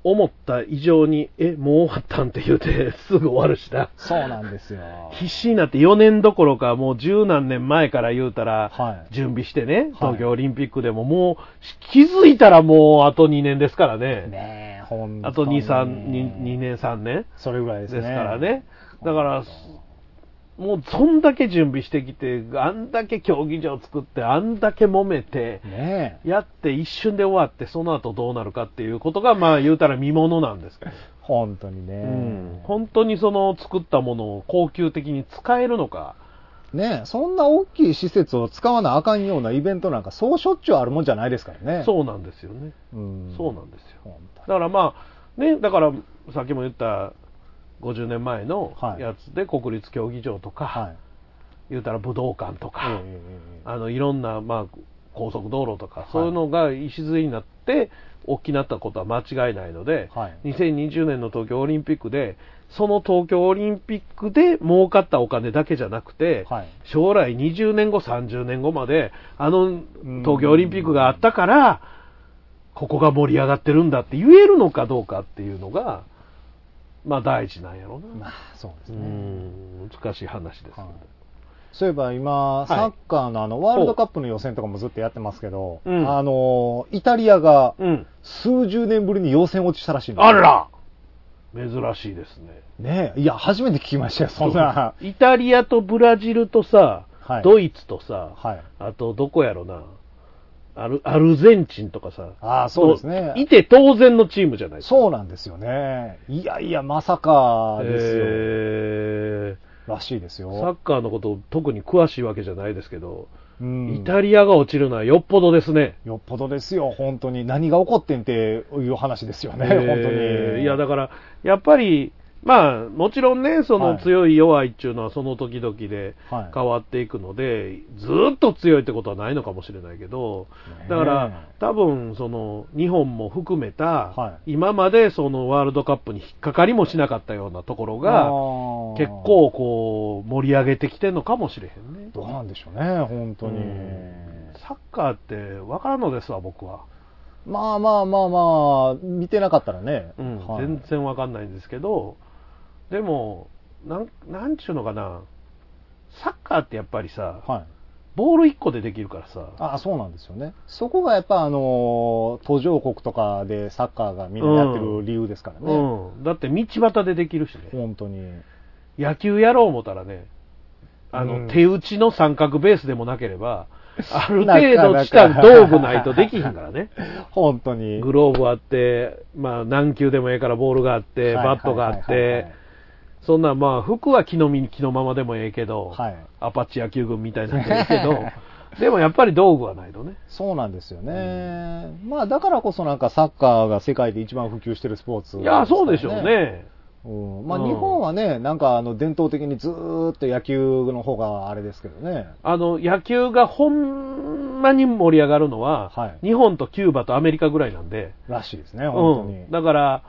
A: 思った以上に、え、もう終わったんって言うて、 すぐ終わるしな。
B: そうなんですよ。
A: 必死になって4年どころか、もう十何年前から言うたら、
B: はい
A: 準備してね、東京
B: はい
A: オリンピックでも、もう気づいたらもうあと2年ですからね。
B: ねえ、ほん
A: あと2、3、
B: に
A: 2, 2年、3年
B: それぐらいで
A: ですす
B: ね。
A: からね。だから、もうそんだけ準備してきて、あんだけ競技場作って、あんだけ揉めて、
B: ねえ、
A: やって一瞬で終わって、その後どうなるかっていうことが、まあ言うたら見ものなんですけど、
B: 本当に
A: うん
B: ね。
A: 本当にその作ったものを恒久的に使えるのか、
B: ねえ、そんな大きい施設を使わなあかんようなイベントなんか、そうしょっちゅうあるもんじゃないですからね。
A: そうなんですよね。
B: う。ん。
A: そうなんですよ。
B: 本当
A: だからまあ、ね、だからさっきも言った50年前の
B: はい
A: やつで国立競技場とか、
B: はい。
A: 言うたら武道館とか、
B: ええええええ
A: あのいろんな、まあ、高速道路とか、そういうのが礎になって、大きくなったことは間違いないので、
B: はい
A: 2020年の東京オリンピックで、その東京オリンピックで儲かったお金だけじゃなくて、
B: はい
A: 将来20年後、30年後まで、あの東京オリンピックがあったから、ここが盛り上がってるんだって言えるのかどうかっていうのが、まあ大事なんやろうな。
B: まあ、そうです
A: う
B: ね。
A: ん難しい話です、
B: はいそういえば今、
A: い
B: サッカーのあの、ワールドカップの予選とかもずっとやってますけど、
A: うん
B: あの、イタリアが
A: うん。
B: 数十年ぶりに予選落ちしたらしいんですよ
A: あら珍しいですね。
B: ねえ、いや、初めて聞きましたよ、そんな。
A: イタリアとブラジルとさ、
B: はい
A: ドイツとさ、
B: はい
A: あとどこやろな、アルアルゼンチンとかさ、
B: ああ、そうです
A: とい
B: ね。
A: て当然のチームじゃないですか。
B: そうなんですよね。いやいや、まさかですよ。
A: え
B: らしいです
A: ーサッ
B: よ。
A: カーのこと特に詳しいわけじゃないですけど、
B: うん
A: イタリアが落ちるのはよっぽどですね。
B: よっぽどですよ、本当に。何が起こってんっていう話ですよね、
A: えー
B: 本当に。
A: いや、だから、やっぱり、まあ、もちろんね、そ
B: は
A: の
B: い
A: 強い弱いっていうのはその時々で
B: はい
A: 変わっていくので、ずーっと強いってことはないのかもしれないけど、
B: え
A: だから、多分、その、日本も含めた、
B: は
A: 今までそのワールドカップに引っかかりもしなかったようなところ
B: あ
A: が、
B: ー
A: 結構こう、盛り上げてきてんのかもしれへんね。
B: どうなんでしょうね、本当に。
A: サッカーって分からんのですわ、僕は。
B: まあまあまあまあ、見てなかったらね。
A: うん
B: はい
A: 全然わかんないんですけど、でも、なん、なんちゅうのかな、サッカーってやっぱりさ、
B: はい。
A: ボール1個でできるからさ、
B: あそうなんですよね。そこがやっぱあの、途上国とかでサッカーがみんなやってる理由ですからね。
A: うん、だって道端でできるしね、
B: 本当に。
A: 野球やろう思ったらね、あの、
B: うん
A: 手打ちの三角ベースでもなけれ ば、ある
B: なかなか
A: 程度した道具ないとできひんからね。
B: 本当に。
A: グローブあって、まあ何球でもええからボールがあって、
B: はいはい
A: バットがあっ
B: はいはい
A: て、そんなまあ服は木の実に木のままでもええけど、
B: はい
A: アパッチ野球軍みたいなんですけど、 でもやっぱり道具はないとね。
B: そうなんですよね。まあだからこそなんかサッカーが世界で一番普及してるスポーツ、
A: いや、そうでしょう。ね。
B: うん、まあ
A: うん
B: 日本はね、なんかあの伝統的にずーっと野球の方があれですけどね。
A: あの、野球がほんまに盛り上がるのは、
B: はい
A: 日本とキューバとアメリカぐらいなんで、
B: らしいですね、本当に。
A: うんだから、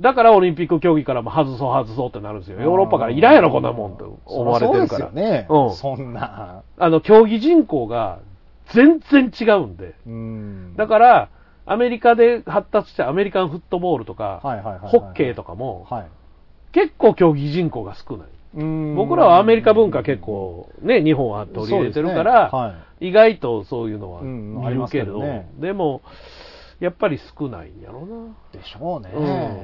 A: だからオリンピック競技からも外そう外そうってなるんですよ。ヨーロッパからいらんやろ、こんなもんと思われてるから。
B: そりゃ
A: う
B: そうで
A: ん
B: すよね。そんな。
A: あの、競技人口が全然違うんで。
B: うん。
A: だから、アメリカで発達したアメリカンフットボールとか、
B: はいはいはいはい
A: ホッケーとかも、
B: はい。
A: 結構競技人口が少ない。
B: うん
A: 僕らはアメリカ文化結構ね、日本は取り入れてるから、
B: そうですねは
A: 意外とそういうのは
B: うん
A: 見るけれど、
B: ありますけどね
A: でも、やっぱり少ないんやろな。
B: でしょうね、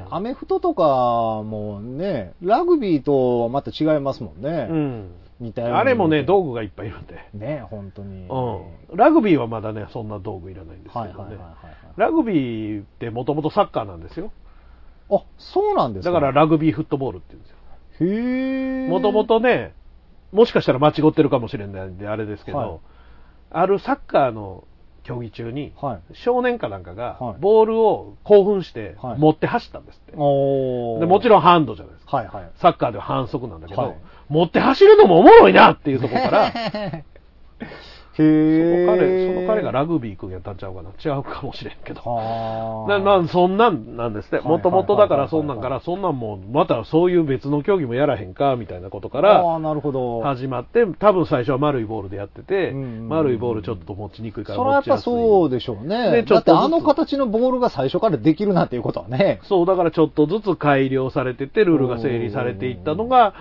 A: うん
B: アメフトとかもね、ラグビーとまた違いますもんね。
A: うん。
B: 似たような
A: あれもね、道具がいっぱいいるんで。
B: ね、本当に。
A: うん。ラグビーはまだね、そんな道具いらないんですけど
B: はいはい
A: ね。
B: はいはいはい。
A: ラグビーってもともとサッカーなんですよ。
B: あ、そうなんです
A: だからラグビーフットボールって言うんですよ。
B: へえ。
A: もともとね、もしかしたら間違ってるかもしれないんで、あれですけど、
B: はい
A: あるサッカーの競技中に、
B: はい。
A: 少年かなんかが
B: はい
A: ボールを興奮して
B: はい
A: 持って走ったんですって、
B: お
A: でもち
B: ん。
A: ろんハンドじゃないですか
B: はいはい。
A: サッカーでは反則なんだけど、
B: はい
A: 持って走るのもおもろいなっていうところ から、
B: へえ。
A: その彼その彼がラグビー君やったんちゃうかな違うかもしれんけど
B: は
A: な
B: あ。
A: なんそんなんなんですね
B: はい
A: もともとだから
B: はいはい
A: そ
B: はい
A: んなんか
B: は
A: らそんなんもうまたそういう別の競技もやらへんかみたいなことから
B: ああ、なるほど。
A: 始まって、多分最初は丸いボールでやってて、
B: うんうんうん
A: 丸いボールちょっと持ちにくいか
B: そ
A: ら
B: れはや
A: 持
B: っ
A: ちやす
B: ぱ
A: い。
B: そうでしょうね。
A: ねちょ
B: だっ
A: ってとずつ
B: あの形のボールが最初からできるなんていうことはね。
A: そう、だからちょっとずつ改良されてて、ルールが整理されていったのが、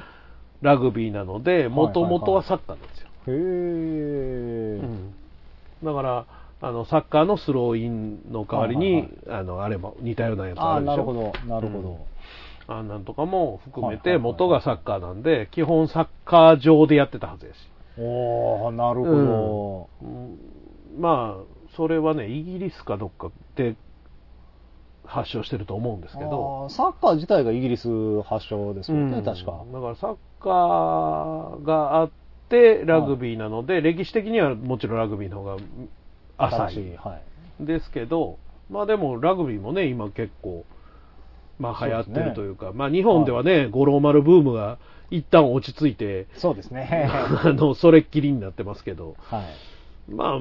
A: ラグビーなので、もともとはサッカーなんですよ。
B: へえ。
A: うんだから、あの、サッカーのスローインの代わりに、
B: はい
A: あの、あれも似たようなやつ
B: あ
A: あ
B: あ、
A: るでし
B: な
A: ょ。
B: るほど。なるほど。
A: あんなんとかも含め
B: はい
A: て、
B: はいはい
A: 元がサッカーなんで、基本サッカー場でやってたはずやし。
B: おー、なるほ
A: うんまあそれはねイギリスかどっかで発祥してると思うんですけど
B: ど。あーサッカー自体がイギリス発祥ですもん
A: う
B: ね、
A: ん
B: 確か。
A: だからサッカーがあってラグビーなので、歴史的にはもちろんラグビーの方が
B: 新
A: 浅
B: しい。
A: い
B: はい。
A: ですけどまあでもラグビーもね今結構まあ流行って
B: そうです
A: る
B: ね
A: というかまあ日本ではね、五郎丸ブームが一旦落ち着いて
B: そうですね。
A: あのそれっきりになってますけど
B: はい。
A: まあ、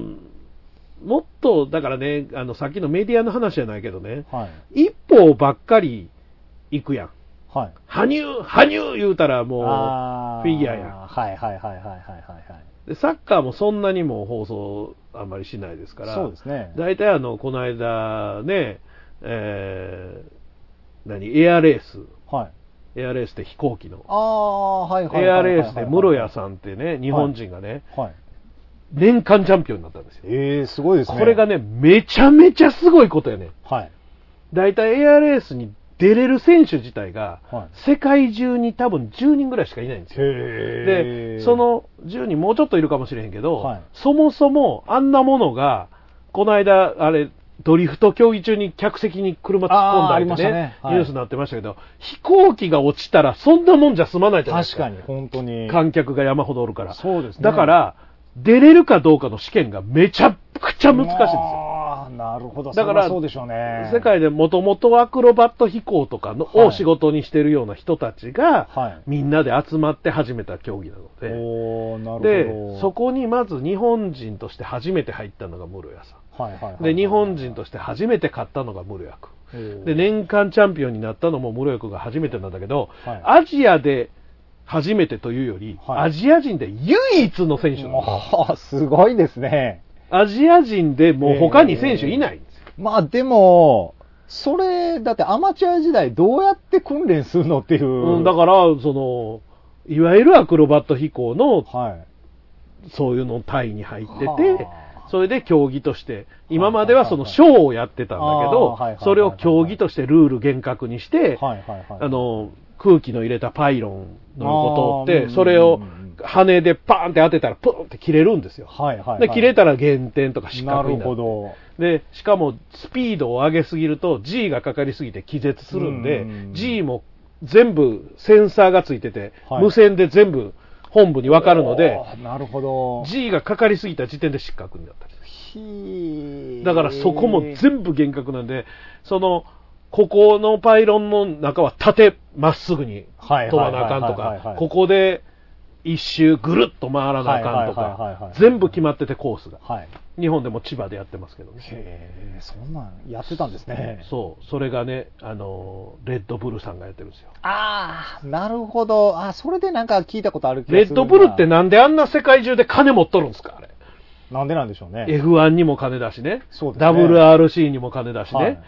A: もっと、だからね、あの、さっきのメディアの話じゃないけどね、
B: はい。
A: 一歩ばっかり行くやん。
B: はい。
A: 羽生、羽生言うたらも
B: あ
A: フィギュアや
B: はいはいはいはいはいはいは
A: う、でサッカーもそんなにも放送あんまりしないですか
B: い。
A: ら、
B: そうですね。
A: 大体あの、この間ね、えー、何、エアレース、
B: はい。
A: エアレースって飛行機の、
B: ああ、はいはい
A: エア
B: はいはいはい。
A: レースで室谷さんってね、日本人がね、
B: はい。
A: 年間チャンピオンになったんですよ。
B: ええー、すごいですね。
A: これがね、めちゃめちゃすごいことやね。
B: はい。
A: 大体エアレースに出れる選手自体が、
B: はい
A: 世界中に多分10人ぐらいしかいないんですよ。
B: へ
A: で、
B: ー
A: そ、の10人もうちょっといるかもしれへんけど、
B: はい
A: そもそもあんなものが、この間、あれ、ドリフト競技中に客席に車突っ
B: あーあ
A: 込
B: り
A: んだ
B: ま
A: りね
B: したねはい
A: ニュースになってましたけど、飛行機が落ちたらそんなもんじゃ済まないじゃないですか。
B: 確かに、本当に。
A: 観客が山ほどおるから。
B: そうですね。
A: だから、出れるかどうかの試験がめちゃくちゃ難しいんですよ。
B: ああ、なるほど。
A: だ
B: だ
A: か
B: からら、そうでしょうね。
A: 世界でもともとアクロバット飛行とかの、
B: はい
A: を仕事にしてるような人たちが、
B: はい
A: みんなで集まって始めた競技なので、
B: おおなるほど。
A: で、そこにまず日本人として初めて入ったのが室屋さ
B: はいはいはいはい
A: ん。で、日本人として初めて勝ったのが室屋君。
B: おー
A: で、年間チャンピオンになったのも室屋君が初めてなんだけど、
B: はい
A: アジアで初めてというより、
B: はい
A: アジア人で唯一の選手なの。
B: ああ、すごいですね。
A: アジア人でもう他に選手いないんですよ。
B: まあでも、それ、だってアマチュア時代どうやって訓練するのっていう。
A: うん、だから、その、いわゆるアクロバット飛行の
B: はい。
A: そういうの単位に入ってて
B: は、あ
A: それで競技として、今まではそのショーをやってたんだけど
B: あーはいはいはいはい、
A: それを競技としてルール厳格にして、
B: はいはいはい。
A: あ、の、空気の入れたパイロンのことをっ
B: あーうんうん
A: て、
B: うん
A: それを羽でパーンって当てたら、プーンって切れるんですよ。
B: はいはい、はい。
A: で、切れたら減点とか失
B: な
A: 格
B: る
A: にな
B: ほ
A: る。
B: ど。
A: で、しかもスピードを上げすぎると G がかかりすぎて気絶するんで
B: うんうんう、ん
A: G も全部センサーがついてて、
B: はい
A: 無線で全部本部にわかるので、
B: おーなるほど。
A: G がかかりすぎた時点で失格になったりする
B: ひー
A: だからそこも全部厳格なんで、その、ここのパイロンの中は縦まっすぐに
B: はい
A: 飛ばなあかんと
B: はいはいはいはい
A: か
B: は、い
A: ここで一周ぐるっと回らなあかんと
B: はいはいはいはいは
A: か
B: い、
A: 全部決まっててコースが。
B: はい。
A: 日本でも千葉でやってますけどね。
B: へえ、そんなんやってたんですね。
A: そう、それがね、あのー、レッドブルさんがやってるんですよ。
B: ああ、なるほど。あ、それでなんか聞いたことある気が
A: レ
B: す
A: ッ
B: る
A: ドブルって
B: な。
A: なんであんな世界中で金持っとるんですか、あれ。
B: なんでなんでしょうね。
A: F1 にも金だしね、
B: そうですね
A: WRC にも金だしね、
B: はい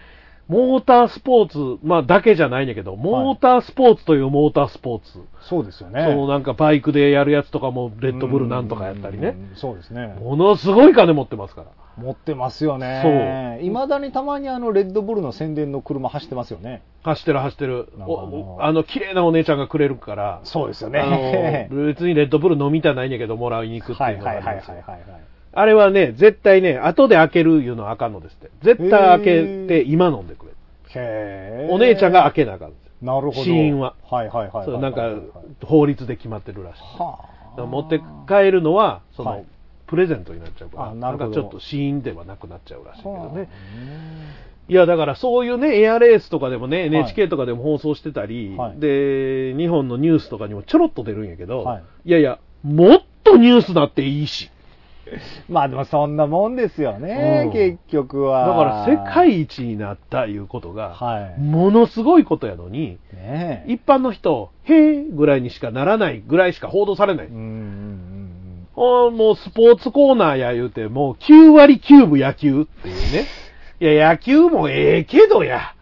A: モータースポーツ、まあ、だけじゃないんだけど、モータースポーツというモータースポーツ、
B: そうですよね。
A: そのなんかバイクでやるやつとかも、レッドブルなんとかやったりね
B: う、ん。そうですね。
A: ものすごい金持ってますから。
B: 持ってますよね。
A: そう
B: いまだにたまにあの、レッドブルの宣伝の車走ってますよね。
A: 走ってる走ってる。
B: なんかあの
A: おおあの、綺麗なお姉ちゃんがくれるから、
B: そうです
A: あ
B: よ
A: の別にレッドブル飲みたないんやけど、もらいに行くって
B: はいいう
A: のが
B: はい
A: あ
B: は
A: り
B: いは
A: ま
B: い
A: す
B: は
A: よ
B: いはい。
A: あれはね、絶対ね、後で開けるいうのはあかんのですって。絶対開けて、今飲んでくれ。
B: へえ。
A: お姉ちゃんが開けなあかんですよ
B: なるほど。
A: 死因は
B: はいはいはいはいはいはい。
A: そうなんか法律で決まってるらしい。
B: は
A: 持って帰るのは、その、
B: はい
A: プレゼントになっちゃうから
B: あなる
A: ん
B: ほど
A: かちょっと死因ではなくなっちゃうらしいけどね
B: ね。
A: いやだからそういうねエアレースとかでもね
B: い
A: NHK とかでも放送してたり、
B: はい
A: で日本のニュースとかにもちょろっと出るんやけど、、
B: はい
A: やいやもっとニュースだっていいし
B: まあでもそんなもんですよね、
A: うん
B: 結局
A: だ
B: は。
A: から世界一になったいうことが、
B: はい
A: ものすごいことやのに
B: ねえ。
A: 一般の人へえぐらいにしかならないぐらいしか報道されない、
B: うんうんうん
A: あーもうスポーツコーナーや言うて、もう9割9分野球っていうね。いや、野球もええけどや。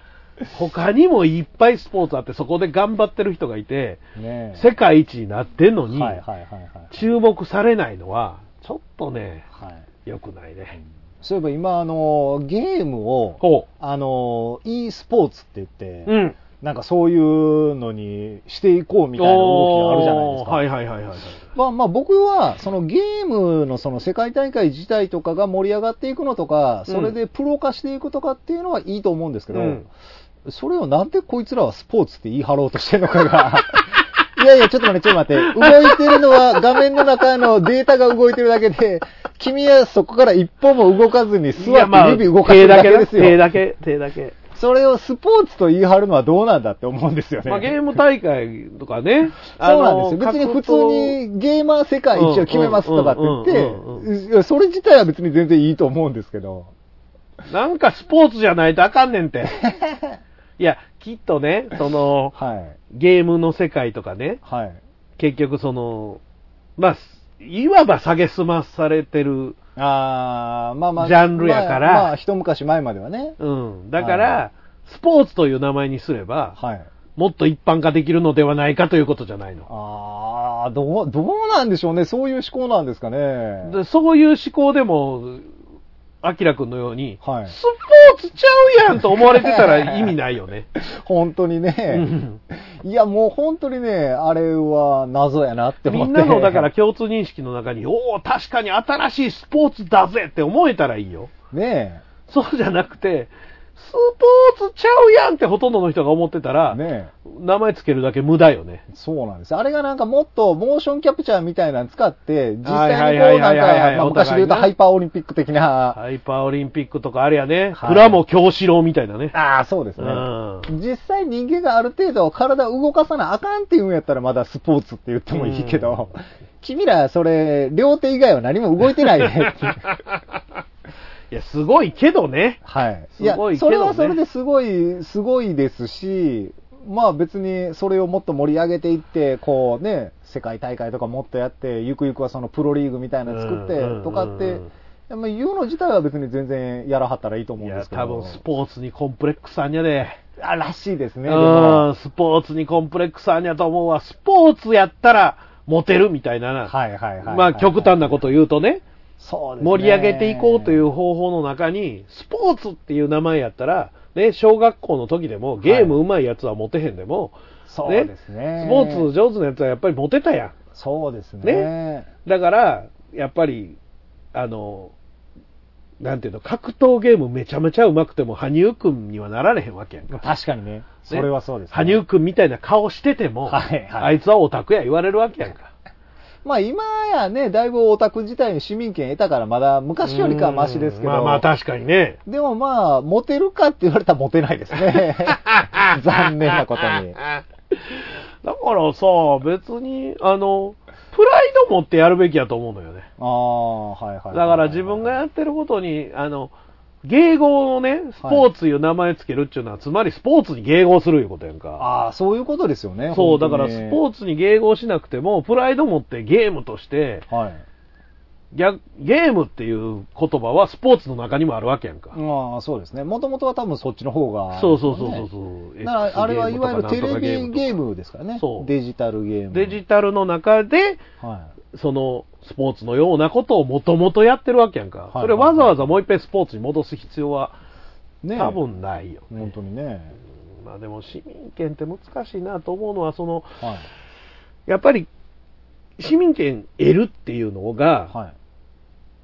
A: 他にもいっぱいスポーツあって、そこで頑張ってる人がいて、
B: うん。ねえ。
A: 世界一になってんのに、
B: はいはいはいはい。
A: 注目されないのは、ちょっとね、
B: はい、
A: 良くないね。
B: そういえば今、あの、ゲームを、
A: ほ
B: あの、e スポーツって言って、
A: う。うん。
B: なんかそういうのにしていこうみたいな動きがあるじゃないですか。
A: おーはいはいはいはいはい。
B: まあまあ僕は、そのゲームのその世界大会自体とかが盛り上がっていくのとか、それでプロ化していくとかっていうのはいいと思うんですけど、
A: うん
B: それをなんでこいつらはスポーツって言い張ろうとしてるのか が。いやいや、ちょっと待って、ちょっと待って。動いてるのは画面の中のデータが動いてるだけで、君はそこから一歩も動かずに
A: い
B: 座
A: や
B: って指動かしてるだけですよ。
A: 手だけ、手だけ。手だけ
B: それをスポーツと言い張るのはどうなんだって思うんですよね。。
A: まあ、ゲーム大会とかね
B: そうなんですよ。
A: あの
B: 別に普通。にゲーマー世界一を決めますとかって言
A: うんうんうんうん
B: っていや、それ自体は別に全然いいと思うんですけど。
A: なんかスポーツじゃないとあかんねんて。いや、きっとね、その、
B: はい。
A: ゲームの世界とかね、
B: はい。
A: 結局その、まあ、すいわば下げすまされてる、
B: あー、まあまあ。
A: ジャンルやから
B: まあ、まあ一昔前まではね。
A: うん。だから、
B: は
A: スポーツという名前にすれば、
B: はい。
A: もっと一般化できるのではないかということじゃないの。
B: あー、どう、どうなんでしょうね。そういう思考なんですかね。
A: でそういう思考でも、アキラくんのように、
B: はい
A: スポーツちゃうやんと思われてたら意味ないよね。
B: 本当に
A: う
B: ね。
A: ん
B: いや、もう本当にね、あれは謎やなって思っ
A: み
B: て。
A: んなのだ から。共通認識の中に、おお、確かに新しいスポーツだぜって思えたらいいよ。
B: ね
A: そうじゃなくて、スポーツちゃうやんってほとんどの人が思ってたら、
B: え。ねえ。
A: 名前つけるだけ無駄よね。
B: そうなんです。あれがなんかもっとモーションキャプチャーみたいなの使って、実際に
A: は
B: こう
A: い
B: な
A: は
B: んか、
A: いはいはいはい
B: まあ、
A: お
B: 昔
A: 互い
B: で
A: ね
B: 言うとハイパーオリンピック的な、
A: ハイパーオリンピックとかあれやね、
B: はい
A: プラモ京志郎みたいなね。
B: ああ、そうです
A: う
B: ね。
A: ん。
B: 実際人間がある程度体動かさなあかんっていうんやったらまだスポーツって言ってもいいけど、君らそれ、両手以外は何も動いてないねっていう
A: いや、すごいけどね。
B: はい。
A: すごい
B: や、それ
A: けど
B: は
A: ね
B: それですごい、すごいですし、まあ別にそれをもっと盛り上げていって、こうね、世界大会とかもっとやって、ゆくゆくはそのプロリーグみたいなの作ってとかっ
A: うんうん
B: て
A: うんうん、
B: でも言うの自体は別に全然やらはったらいいと思
A: い
B: うんで
A: や、
B: すけど。
A: 多分スポーツにコンプレックスあんやで。
B: あらしいですね。で
A: う
B: も
A: ん、スポーツにコンプレックスあんやと思うわ。スポーツやったら、モテるみたいなな。
B: はいはいはいはい。
A: まあ、極端なこと言うとね、
B: そうですね
A: 盛り上げていこうという方法の中に、スポーツっていう名前やったら、ね、小学校の時でも、ゲーム上手いやつはモテへんでも、
B: そうですね。
A: スポーツ上手なやつはやっぱりモテたや
B: そうですね。
A: ねん。だから、やっぱり、あの、なんていうの、格闘ゲームめちゃめちゃ上手くても、羽生くんにはなられへんわけやんか。
B: 確かにね。それはそうです、ね。
A: 羽生くんみたいな顔してても、
B: はいはい
A: あいつはオタクや言われるわけやんか。
B: まあ今やね、だいぶオタク自体に市民権得たからまだ昔よりかはマシですけど。
A: まあまあ確かにね。
B: でもまあ、モテるかって言われたらモテないです ね。残念なことに。
A: だからさ、別に、あの、プライド持ってやるべきやと思うのよね。
B: ああ、はいはいは
A: だ
B: い。
A: から自分がやってることに、あの、迎合をね、スポーツいう名前つけるっていうのは、つまりスポーツに迎合するいうことやんか。
B: ああ、そういうことですよね。
A: そう、だからスポ
B: ー
A: ーツに迎合しなくても、プライド持ってゲームとして、
B: ツ。はい。
A: 逆ゲームっていう言葉はスポーツの中にもあるわけやんか。
B: まあそうですね。もともとは多分そっちの方が、
A: そうそうそうそうそう。
B: ねだからあれはいわゆるテレビゲー
A: ム
B: ムですからね。
A: そう
B: デジタルゲーム。
A: デジタルの中で、
B: は
A: そのスポーツのようなことをもともとやってるわけやんか、
B: いはい。
A: それわざわざもう一遍スポーツに戻す必要はい
B: ね
A: 多分ないよ、
B: 本当にね。
A: まあでも市民権って難しいなと思うのはその
B: はい。
A: やっぱり市民権得るっていうのが、
B: はい。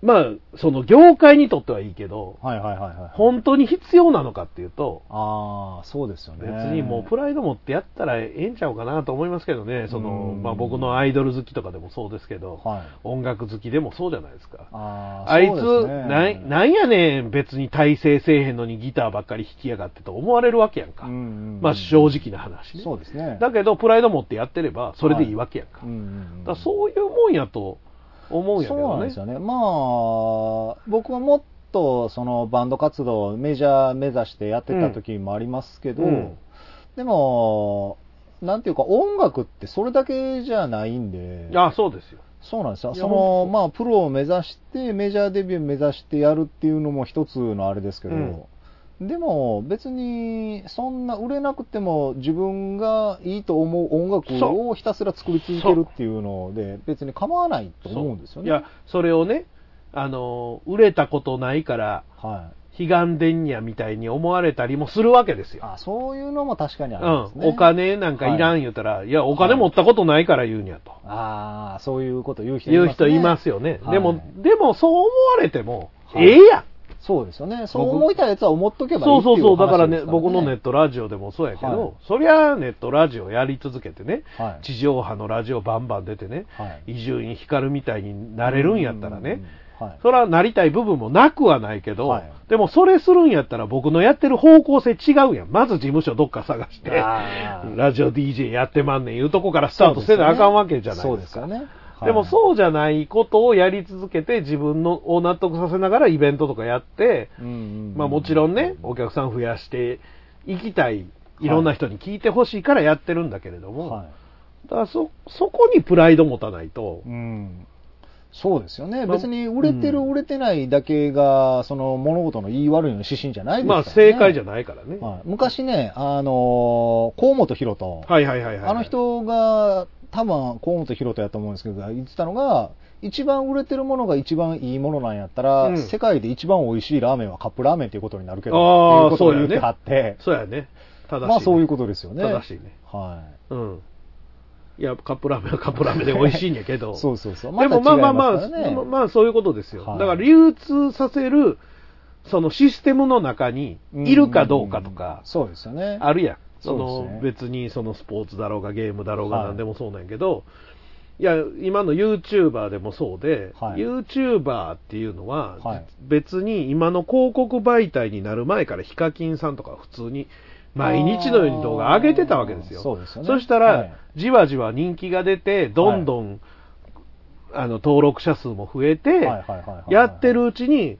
A: まあ、その業界にとってはいいけど、
B: はいはいはいはい。
A: 本当に必要なのかっていうと、
B: ああ、そうですよね。
A: 別にもうプライド持ってやったらええんちゃうかなと思いますけどね、その
B: うん
A: まあ、僕のアイドル好きとかでもそうですけど、
B: はい
A: 音楽好きでもそうじゃないですか。
B: あー
A: あいつ、
B: そうですね
A: なんなんやねん、別に体制せえへんのにギターばっかり弾きやがってと思われるわけやんか。
B: うんうんうん
A: まあ正直な話ね。
B: そうですね。
A: だけど、プライド持ってやってれば、それでいいわけやんか。
B: うんうんうん
A: だからそういうもんやと思うんやけ
B: そう
A: ど
B: なん
A: ね。
B: ですよね。まあ、僕はもっとそのバンド活動、メジャー目指してやってた時もありますけど、
A: うん
B: でも、なんていうか音楽ってそれだけじゃないんで、
A: あ、そうですよ。
B: そうなんですよ。
A: いや
B: そ
A: ほ
B: の、
A: んと
B: まあ、プロを目指して、メジャーデビュー目指してやるっていうのも一つのあれですけど、でも別にそんな売れなくても自分がいいと思う音楽をひたすら作り続けるっていうので別に構わないと思うんですよね。
A: いや、それをね、あの、売れたことないから、
B: は
A: 悲願でんやみたいに思われたりもするわけです
B: い、
A: よ。
B: あそういうのも確かにあります
A: うん。
B: ね。
A: お金なんかいらん言うたら、い、や、お金持ったことないから言うにゃと。
B: ああ、そういうこと言う人い
A: 言
B: ます、
A: う
B: ね。
A: 人いますよね。
B: はい
A: でも、でもそう思われても、
B: はい
A: ええやん。
B: そうですよね。そう思いたいやつは思っとけばいい
A: そ
B: っ
A: う
B: てい
A: そう
B: う
A: そう、だ
B: 話
A: から
B: で
A: ね、
B: す
A: 僕のネッ。トラジオでもそうやけど、
B: はい
A: そりゃネットラジオやり続けてね、
B: はい
A: 地上波のラジオバンバン出てね
B: はい、
A: 伊集院光みたいになれるんやったら
B: うん
A: ね
B: うん、うんはい
A: それはなりたい部分もなくはないけど、
B: はい
A: でもそれするんやったら僕のやってる方向性違うやん。まず事務所どっか探して、
B: あ ー
A: ラジオ DJ やってまんねんいうとこからスタートせなあかんわけじゃない
B: そう
A: で
B: ですす
A: か。
B: よね。はい
A: でもそうじゃないことをやり続けて自分のを納得させながらイベントとかやって、
B: うんうんうん
A: まあもちろんね、お客さん増やしていきたい、いろんな人に聞いてほしいからやってるんだけれども、
B: は
A: だからそ、そこにプライド持たないと
B: い。う、ん。そうですよね。
A: まあ
B: 別に売れてる、
A: うん
B: 売れてないだけが、その物事の言い悪いの指針じゃないですか
A: ま
B: ら
A: あ
B: ね。
A: 正解じゃ
B: ない。
A: ないからね。
B: はい、昔ね、あのー、河本博と、
A: はいはいはいはい。
B: あの人が、多分河本博人やと思うんですけど、言ってたのが、一番売れてるものが一番いいものなんやったら、
A: うん
B: 世界で一番美味しいラーメンはカップラーメンということになるけど、
A: あー
B: っていうことを言ってはって、
A: そうやね。正しい、ね。
B: まあそういうことですよね。
A: 正しいね。
B: は
A: うん。いや、カップラーメンはカップラーメンで美味しいんやけ
B: い。
A: ど。
B: そうそうそう。
A: でもまあまあまあ、
B: た違いすからね
A: まあまあそういうことですよ。
B: はい
A: だから流通させる、そのシステムの中にいるかどうかと
B: うんうんうん
A: か、
B: そうですよね。
A: あるやん。そ
B: そうです
A: の
B: ね
A: 別にそのスポーツだろうがゲームだろうが
B: はい
A: 何でもそうなんやけど、いや、今の YouTuber でもそうで、
B: はい
A: YouTuber っていうのは
B: はい、
A: 別に今の広告媒体になる前からヒカキンさんとか普通に毎日のように動画上げてたわけですよ。
B: あーそうですよね
A: そしたら、
B: はい
A: じわじわ人気が出て、どんどん、あの登録者数も増えて、
B: はいはいはいはいはい
A: やってるうちに、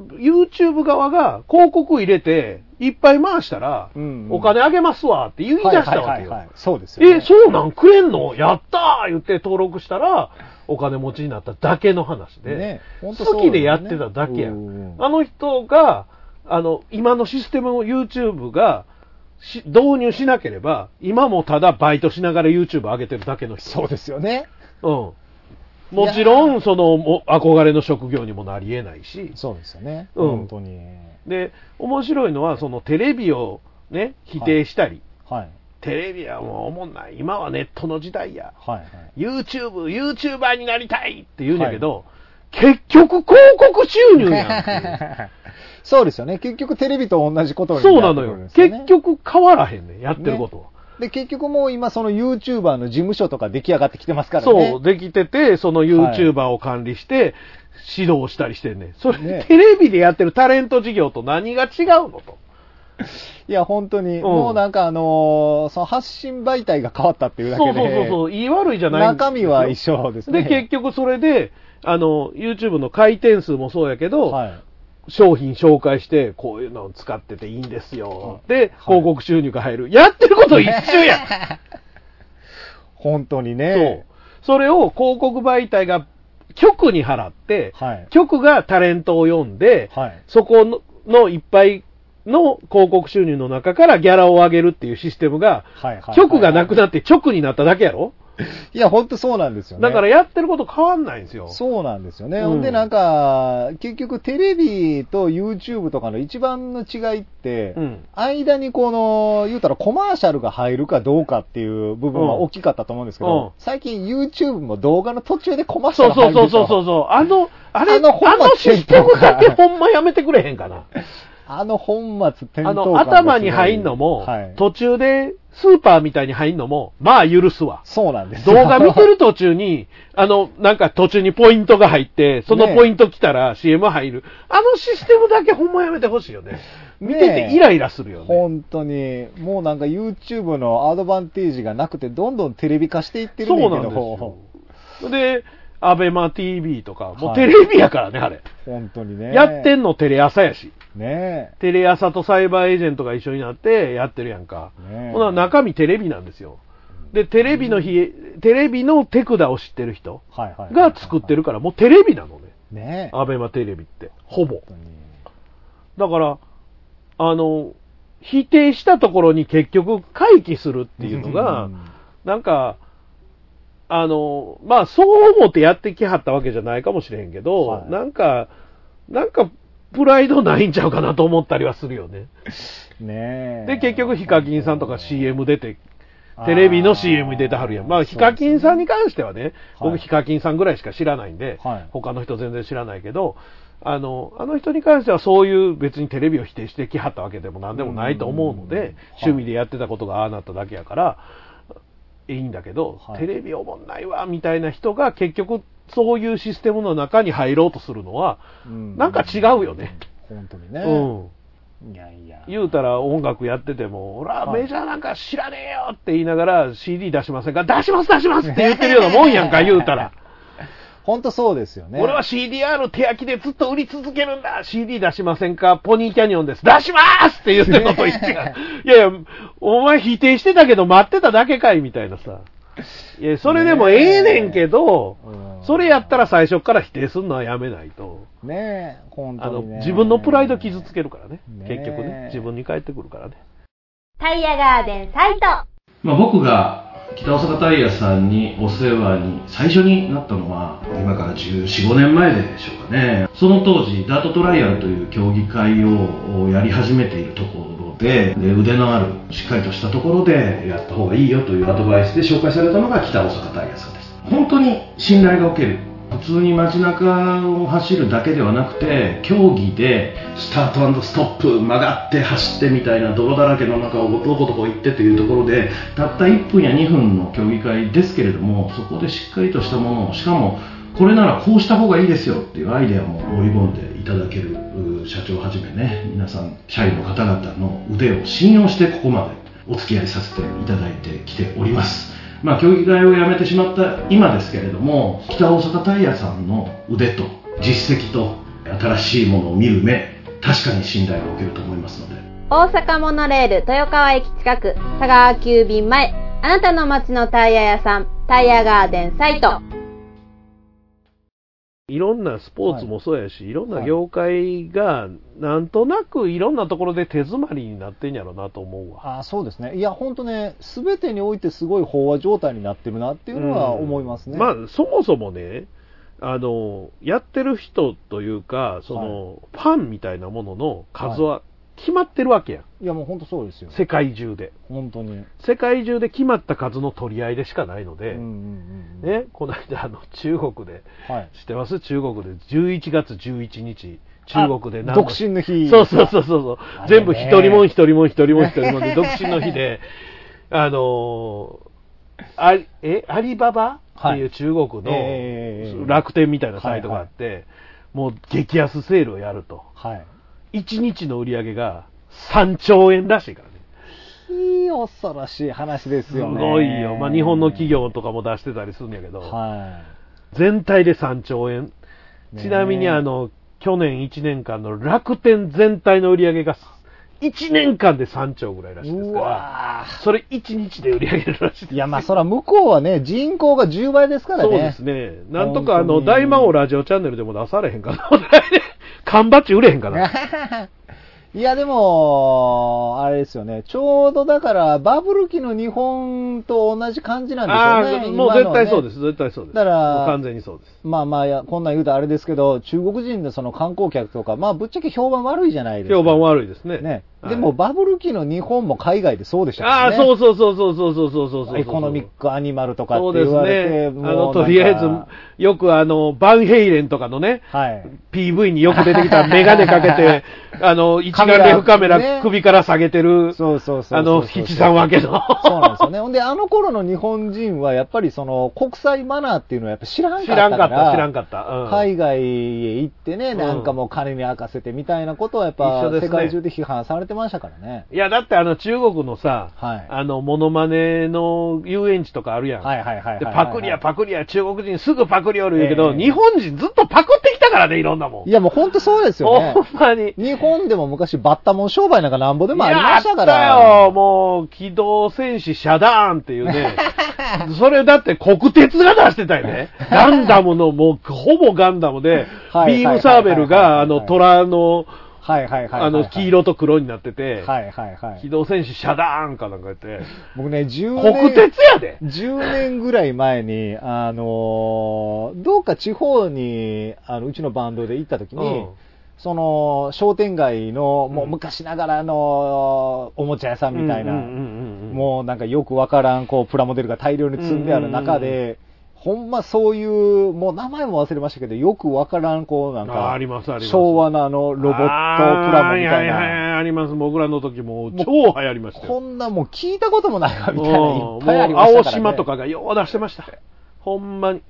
A: YouTube 側が広告入れて、いっぱい回したら、
B: うんうん
A: お金あげますわって言い出したわけよ。
B: はいはいはいはいそうですよね。
A: え、そうなんくれんのやったー言って登録したら、お金持ちになっただけの話で、
B: ねほんとそうだ
A: 好
B: よね
A: きでやってただけや
B: う
A: ん。
B: ん
A: あの人が、あの、今のシステムを YouTube がし導入しなければ、今もただバイトしながら YouTube 上げてるだけの人。
B: そうですよね。
A: うん。もちろん、その、も憧れの職業にもなり得ないし。
B: そうですよね。
A: うん
B: 本当に。
A: で、面白いのは、そのテレビをね、否定したり、
B: はい。
A: テレビはもうおもんない。今はネットの時代や。
B: はいはい。
A: YouTube、YouTuber になりたいって言うんだけど、結局広告収入やんっていう。
B: そうですよね。結局テレビと同じことに
A: そうな
B: なっ
A: の
B: てくる
A: よ
B: んですよね
A: 結局変わらへんねんやってることは。
B: で、結局もう今その YouTuber の事務所とか出来上がってきてますからね。
A: そう、できてて、その YouTuber を管理して、指導したりしてんねん。それ、
B: ね
A: テレビでやってるタレント事業と何が違うのと。
B: いや、本当に、
A: ん
B: もうなんかあのーその発信媒体が変わったっていうだ
A: そ
B: け
A: う
B: で。
A: そうそうそう、言い悪いじゃないんですよ
B: 中身は一緒ですね。
A: で、結局それで、あの、YouTube の回転数もそうやけど、
B: はい。
A: 商品紹介して、こういうのを使ってていいんですよ。で、
B: はい
A: 広告収入が入る。やってること一緒 やん
B: 本当に
A: そう
B: ね。。
A: それを広告媒体が局に払って、
B: はい
A: 局がタレントを呼んで、
B: はい
A: そこののいっぱいの広告収入の中からギャラを上げるっていうシステムが、
B: はいはいはい
A: 局がなくなって直になっただけやろ
B: いや、ほんとそうなんですよね。
A: だからやってること変わんないんですよ。
B: そうなんですよね。
A: うん
B: ほんでなんか、結局テレビと YouTube とかの一番の違いって、
A: うん
B: 間にこの、言うたらコマーシャルが入るかどうかっていう部分は大きかったと思うんですけ
A: うん
B: ど、最近 YouTube も動画の途中でコマーシ
A: そう
B: ャル
A: そ
B: 入
A: う
B: るでし
A: そ
B: ょ
A: うそうそうそう。あの、あれ、あ
B: あの
A: の
B: 本末
A: システムだけほんまやめてくれへんかな。
B: あの本末転
A: あ
B: 倒感
A: の、
B: がすごい
A: 頭に入んのも、
B: はい、
A: 途中でスーパーみたいに入んのも、まあ許すわ。
B: そうなんです
A: 動
B: よ
A: 画 見てる途中に、あの、なんか途中にポイントが入って、そのポイント来たら CM 入る。あのシステムだけほんまやめてほしいよね。見ててイライラするよね。
B: 本当に、もうなんか YouTube のアドバンテージがなくて、どんどんテレビ化していってる
A: そ
B: ん
A: う
B: だ
A: なん
B: け
A: ですよ
B: ど、。
A: で、アベマ TV とか、もう
B: はい
A: テレビやからね、あれ。
B: 本当にね。
A: やってんのテレ朝やし。
B: ね
A: テレ朝とサイバーエージェントが一緒になってやってるやんか。
B: え。ねえ
A: ほな中身テレビなんですよ。で、テレビの日、テレビの手札を知ってる人
B: はいはいはい
A: が作ってるから、もうテレビなのね。
B: ねえ。
A: アベマテレビって。ほぼ
B: 本。当に
A: だから、あの、否定したところに結局回帰するっていうのが、なんか、あの、まあ、そう思ってやってきはったわけじゃないかもしれへんけど、
B: はい
A: なんか、なんか、プライドないんちゃうかなと思ったりはするよね。
B: ねえ。
A: で、結局、ヒカキンさんとか CM 出て、
B: あー
A: テレビの CM に出てはるやん。まあ、ヒカキンさんに関してはね、
B: はい
A: 僕ヒカキンさんぐらいしか知らないんで、
B: はい
A: 他の人全然知らないけど、あの、あの人に関してはそういう別にテレビを否定してきはったわけでも何でもないと思うの
B: うんはい
A: で、趣味でやってたことがああなっただけやから、いいんだけど、
B: はい
A: テレビおもんないわ、みたいな人が結局そういうシステムの中に入ろうとするのは、
B: う、う
A: なんか違うよね。
B: 本当にね。
A: うん。
B: いやいや。
A: 言うたら音楽やってても、俺は
B: はい
A: メジャーなんか知らねえよって言いながら CD 出しませんか出します出しますって言ってるようなもんやん か、言うたら。
B: 本当そうですよね。
A: 俺は CDR 手焼きでずっと売り続けるんだ !CD 出しませんかポニーキャニオンです出しますって言ってるのと一緒や。いやいや、お前否定してたけど待ってただけかいみたいなさ。いや、それでもええねんけど
B: うん、
A: それやったら最初から否定するのはやめないと。
B: ねえ、本
A: あ
B: 当
A: の
B: に、ね。
A: 自分のプライド傷つけるからね。
B: ね
A: 結局ね。自分に返ってくるからね。
D: タイヤガーデンサイト
C: まあ、僕が北大阪タイヤさんにお世話に最初になったのは今から1415年前でしょうかねその当時ダートトライアルという競技会をやり始めているところでで腕のあるしっかりとしたところでやった方がいいよというアドバイスで紹介されたのが北大阪タイヤさんです本当に信頼がおける普通に街中を走るだけではなくて競技でスタートストップ曲がって走ってみたいな泥だらけの中をどこどこ行ってというところでたった1分や2分の競技会ですけれどもそこでしっかりとしたものをしかもこれならこうした方がいいですよっていうアイデアも追い込んでいただけるう社長はじめね皆さん社員の方々の腕を信用してここまでお付き合いさせていただいてきておりますまあ、競技会をやめてしまった今ですけれども北大阪タイヤさんの腕と実績と新しいものを見る目確かに信頼がおけると思いますので
H: 大阪モノレール豊川駅近く佐川急便前あなたの街のタイヤ屋さんタイヤガーデンサイト
A: いろんなスポーツもそうやし、い、ろんな業界が、なんとなくいろんなところで手詰まりになってんやろなと思うわ。
B: あそうですね。いや、本当ね、すべてにおいてすごい飽和状態になってるなっていうのは思いますね。
A: まあ、そもそもね、あの、やってる人というか、その、ファンみたいなものの数は決まってるわけやん。
B: いや、もう本当そうですよ。
A: 世界中で。
B: 本当に。
A: 世界中で決まった数の取り合いでしかないので、
B: うんうんうんうん。
A: ね、この間、あの、中国で、
B: はい。
A: 知ってます中国で11月11日、中国で
B: あ
A: 何
B: 独
A: の
B: 身の日。
A: そうそうそうそうそう。
B: あれね
A: 全部一人もん一人もん一人もん一人もんで、独身の日 で、あのーありえ、アリババって
B: はい
A: いう中国
B: ええ
A: の楽天みたいなサイトがあって、もう激安セールをやると。
B: はい。
A: 1日の売り上げが3兆円らしいからね。
B: いい恐ろしい話です
A: す
B: よね。
A: ごいよ。まあ、日本の企業とかも出してたりするんやけど、
B: は
A: 全体で3兆円。
B: ねえ
A: ちなみに、あの、去年1年間の楽天全体の売り上げが1年間で3兆ぐらいらし
B: い。
A: いです
B: う
A: から。
B: わ
A: それ1日で売り上げるらしい
B: ーいや、まあ、そら向こうはね、人口が10倍ですからね。
A: そうですね。なんとかあ
B: 本当
A: の、
B: に
A: 大魔王ラジオチャンネルでも出されへんかな。看板値売れへんかな。
B: いや、でも、あれですよね。ちょうどだから、バブル期の日本と同じ感じ なんでしょうね。
A: もう
B: 今の
A: 絶
B: は
A: 対
B: ね
A: そうです、絶対そうです。
B: だから
A: もう完全にそうです。
B: まあまあいや、こんなん言うとあれですけど、中国人のその観光客とか、まあぶっちゃけ評判悪いじゃないですか。
A: 評判悪いですね。
B: ね。
A: はい
B: でも、バブル期の日本も海外でそうでした
A: ああ、
B: ね。
A: そうそうそうそうそうそうそうそうそう。
B: エコノミックアニマルとかっ
A: そう
B: て
A: で
B: 言
A: す
B: われて、
A: ね。あ
B: もうなん
A: の、
B: か
A: とりあえず、よくあの、バンヘイレンとかのね、
B: はい。
A: PV によく出てき たメガネかけて、あの、一眼
B: カメラ
A: レフカメ
B: ね
A: ラ首から下げてる、
B: そうそうそうそう。
A: あの、七三分けの。
B: そうなんですよね。ほんで、あの頃の日本人は、やっぱりその、国際マナーっていうのはやっぱ 知らんかっ
A: 知
B: た
A: ら
B: か
A: んかった、知らん
B: ら、
A: かった。うん
B: 海外へ行ってね、
A: うん
B: なんかもう金に任せてみたいなことはやっぱ
A: 一緒、ですね
B: 世界中で批判されてましたからね。
A: いや、だってあの、中国のさ、
B: はい
A: あの、モノマネの遊園地とかあるやん。
B: はいはいはいはいはいはい
A: で、パクリやパクリや、中国人すぐパクリおる言うけど、
B: ええ
A: 日本人ずっとパクってきたからね、いろんなもん。
B: いや、もう本当そうですよね
A: ほ。んまに。
B: 日本でも昔バッタモン商売なんかなんぼでもありましたか
A: いや
B: ら。
A: あったよ、もう、機動戦士遮断っていう ね。それだって国鉄が出してたよね。ガンダムの、もう、ほぼガンダムで、
B: はい
A: ビームサーベルが、
B: は
A: あ
B: いはいはいはい
A: の、虎の、
B: はいはいはいはいはい。
A: あの、黄。色と黒になってて、
B: はいはいは
A: 機
B: い。
A: 動戦士遮断かなんか言って、
B: 僕ね、10
A: 国
B: 年。
A: 鉄やで
B: 10年ぐらい前に、あのーどうか地方に、あの、うちのバンドで行った時に、
A: うん
B: その、商店街の、もううん昔ながらの、おもちゃ屋さんみたいな、
A: うんうんうんうん
B: もうなんかよくわからん、こう、プラモデルが大量に積んである中で、
A: うんうん
B: ほんまそういう、もう名前も忘れましたけど、よくわからん、こうなん
A: あ
B: か
A: ありますあります
B: 昭和のあのロボットプラモみたい
A: あーはは
B: な、
A: はあります。僕らの時もう超流行りましたよ。
B: こんなもう聞いたこともないわみたいな、
A: うん
B: いっぱいありま
A: もう
B: した
A: 青
B: から、ね。
A: 島とかがよう出してました。ほんまに。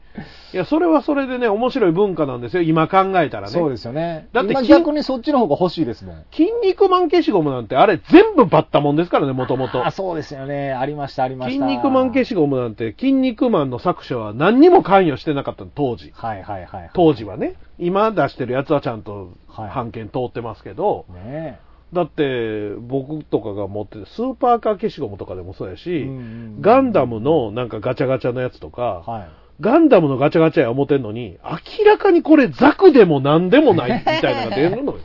A: いや、それはそれでね、面白い文化なんですよ。今考えたらね。
B: そうですよね。
A: だって
B: 今
A: き
B: 逆にそっちの方が欲しいですもん。
A: 筋肉マン消しゴムなんて、あれ全部バッタもんですからね、もともと
B: あ、。そうですよね。ありました、ありまし
A: 筋
B: た。
A: 肉マン消しゴムなんて、筋肉マンの作者は何にも関与してなかったの、当時。
B: はいはいはい。
A: 当時はね。今出してるやつはちゃんと
B: はい
A: 判件通ってますけど、
B: ね
A: だって僕とかが持ってるスーパーカー消しゴムとかでもそうやし、
B: うんうん
A: ガンダムのなんかガチャガチャのやつとか、
B: はい。
A: ガンダムのガチャガチャや思ってんのに、明らかにこれザクでも何でもないみたいなのが出る のよ。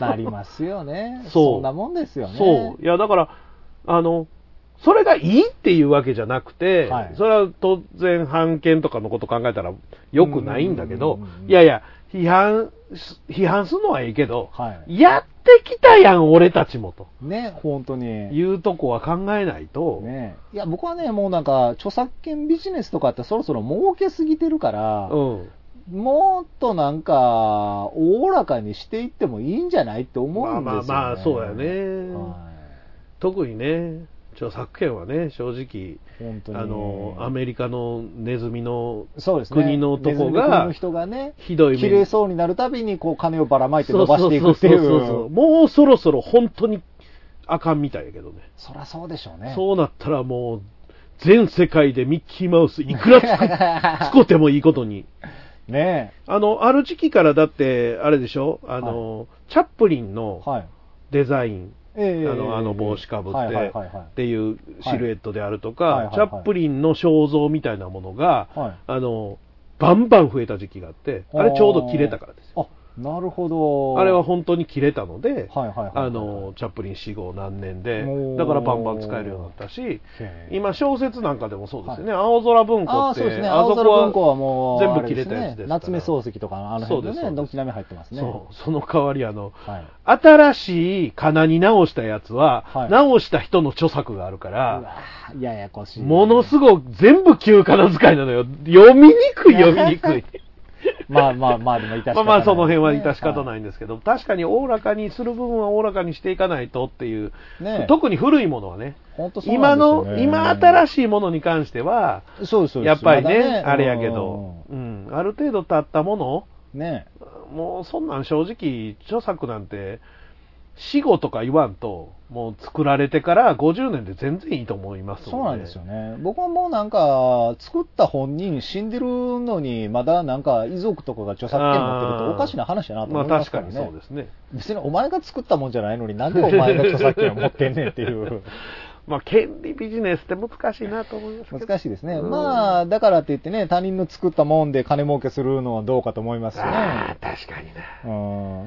B: なりますよね。
A: そう
B: そんなもんですよね。
A: そう。いや、だから、あの、それがいいっていうわけじゃなくて、
B: はい
A: それは当然、判権とかのこと考えたら良くないんだけ
B: う
A: ど
B: んうんうんう、ん
A: いやいや、批判す、批判するのはいいけど、
B: はい
A: やってきたやん、俺たちもと。
B: ね、本当に。
A: いうとこは考えないと、
B: ね、いや僕はね、もうなんか、著作権ビジネスとかってそろそろ儲けすぎてるから、
A: うん。
B: もっとなんか、おおらかにしていってもいいんじゃないって思
A: ま
B: う
A: あ
B: ん
A: まあ
B: ですよ、ね。
A: まあ、そうやね。
B: はい
A: 特にね、著作権はね、正直、
B: 本当に。
A: あのアメリカのネズミの
B: そうですね。
A: 国のとこが
B: ネズミ国の人がね、
A: ひどい
B: 綺
A: 目
B: 麗
A: に
B: そうになるたびに、こう、金をばらまいて伸ばしていくってい。
A: そうそうそうそうもうそろそろ本当にあかんみたいやけどね
B: そらそうでしょうね。
A: そうなったらもう全世界でミッキーマウスいくらつくつこてもいいことに
B: ね
A: あのある時期からだってあれでしょあの、チャップリン
B: え。
A: の
B: はい。
A: デザイン、
B: ええ
A: あのあの帽子かぶって、
B: はいはいはいは
A: っていうシルエットであるとか、
B: はいはいはいはい
A: チャップリンの肖像みたいなものが、
B: はい
A: あのバンバン増えた時期があってあれちょうど切れたからですよ
B: い。なるほど。
A: あれは、本当に切れたので、
B: はいはいはい。
A: あの、チャップリン死後何年で
B: おー、
A: だからバンバン使えるようになったし、
B: へえ、
A: 今小説なんかでもそうですよね、青空文庫
B: あ
A: っ
B: あ、
A: て、
B: そうですね。青空文庫はもう、
A: 全部
B: あれ
A: 切れたやつですから
B: 夏目漱石とか、あの
A: そう
B: 辺
A: です
B: の
A: そうです
B: ね、軒並み入ってますね。
A: そう、その代わりあの、
B: はい。
A: 新しい仮名に直したやつは、
B: はい
A: 直した人の著作があるか
B: う
A: ら、
B: わぁややこしい。
A: ものすごく全部旧仮名遣いなのよ。読みにくい、 読みにくい。
B: まあまあまあ、でも致し方ない、。
A: まあまあその辺は致し方ないいんですけど、確かにおおらかにする部分はおおらかにしていかないとっていう、
B: ねえ
A: 特に古いものはね、
B: 本当そうな
A: 今
B: んですよね
A: の、今新しいものに関しては、
B: そうですそうです
A: やっぱりね、
B: まだ
A: あれやけど、うん、ある程度経ったもの、
B: うんね
A: もうそんなん正直、著作なんて、死後とか言わんと、もう作られてから50年で全然いいと思います
B: そうなんですよ
A: ね。
B: ね。僕はもうなんか、作った本人死んでるのに、まだなんか遺族とかが著作権持ってる
A: あ
B: と
A: ー
B: おかしな話だなと
A: ま
B: 思
A: あ
B: います
A: 確
B: か
A: から
B: ね。
A: にそうですね。
B: 別にお前が作ったもんじゃないのになんでお前が著作権を持ってんねんっていう。
A: まあ、権利ビジネスって難しいなと思いますけど。
B: 難しいですね。
A: うん
B: まあ、だからって言ってね、他人の作ったもんで金儲けするのはどうかと思いま すし
A: ああ
B: ね。
A: 確かにな。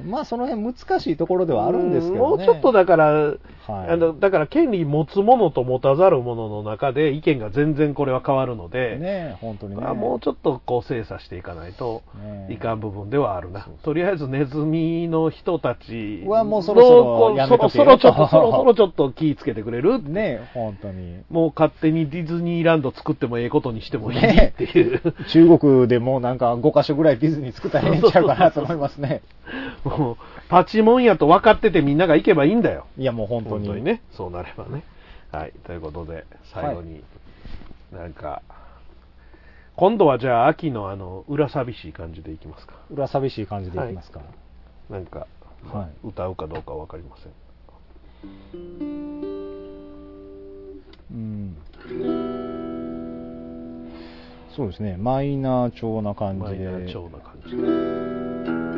B: うん、まあ、その辺難しいところではあるんですけどね。
A: うんもうちょっとだから、
B: はい
A: あのだから権利持つものと持たざるものの中で意見が全然これは変わるので、
B: ね、本当にね。
A: まあもうちょっとこう精査していかないと
B: ね
A: いかん部分ではあるな、とりあえずネズミの人たち
B: はもうそろそろ
A: こう
B: や
A: そ
B: めと
A: ろ
B: け
A: そ
B: よ
A: ろちょっとそろそろちょっと気ぃつけてくれる、
B: ね、本当に。
A: もう勝手にディズニーランド作ってもええことにしてもいい
B: ね
A: っていう、
B: 中国でもうなんか5カ所ぐらいディズニー作ったらええんちゃうかなと思いますね。
A: もうパチモンやと分かっててみんなが行けばいいんだよ。
B: いや、もう本当
A: 本
B: に。
A: 当にね、そうなればね。はい、ということで、最後に、なんか、今度はじゃあ、秋のあの、裏寂しい感じでいきますか。
B: 裏寂しい感じでいきますか。
A: なんか、
B: はい
A: 歌うかどうかわかりません。
B: うんそうですね、マイナー調な感
A: マ
B: じ
A: イ
B: で。
A: ナー調な感じ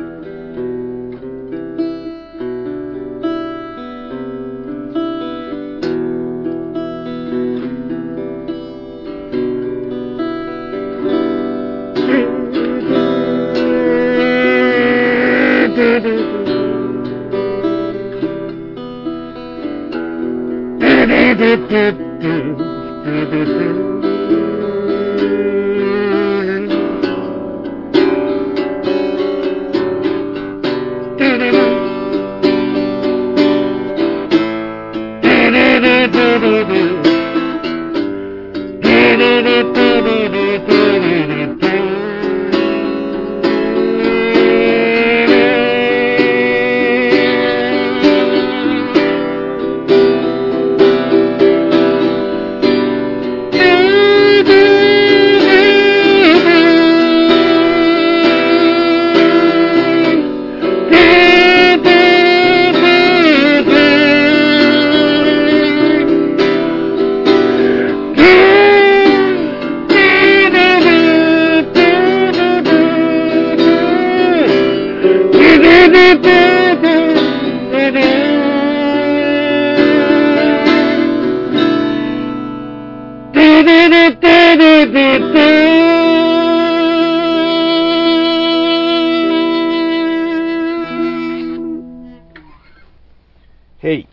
A: へい。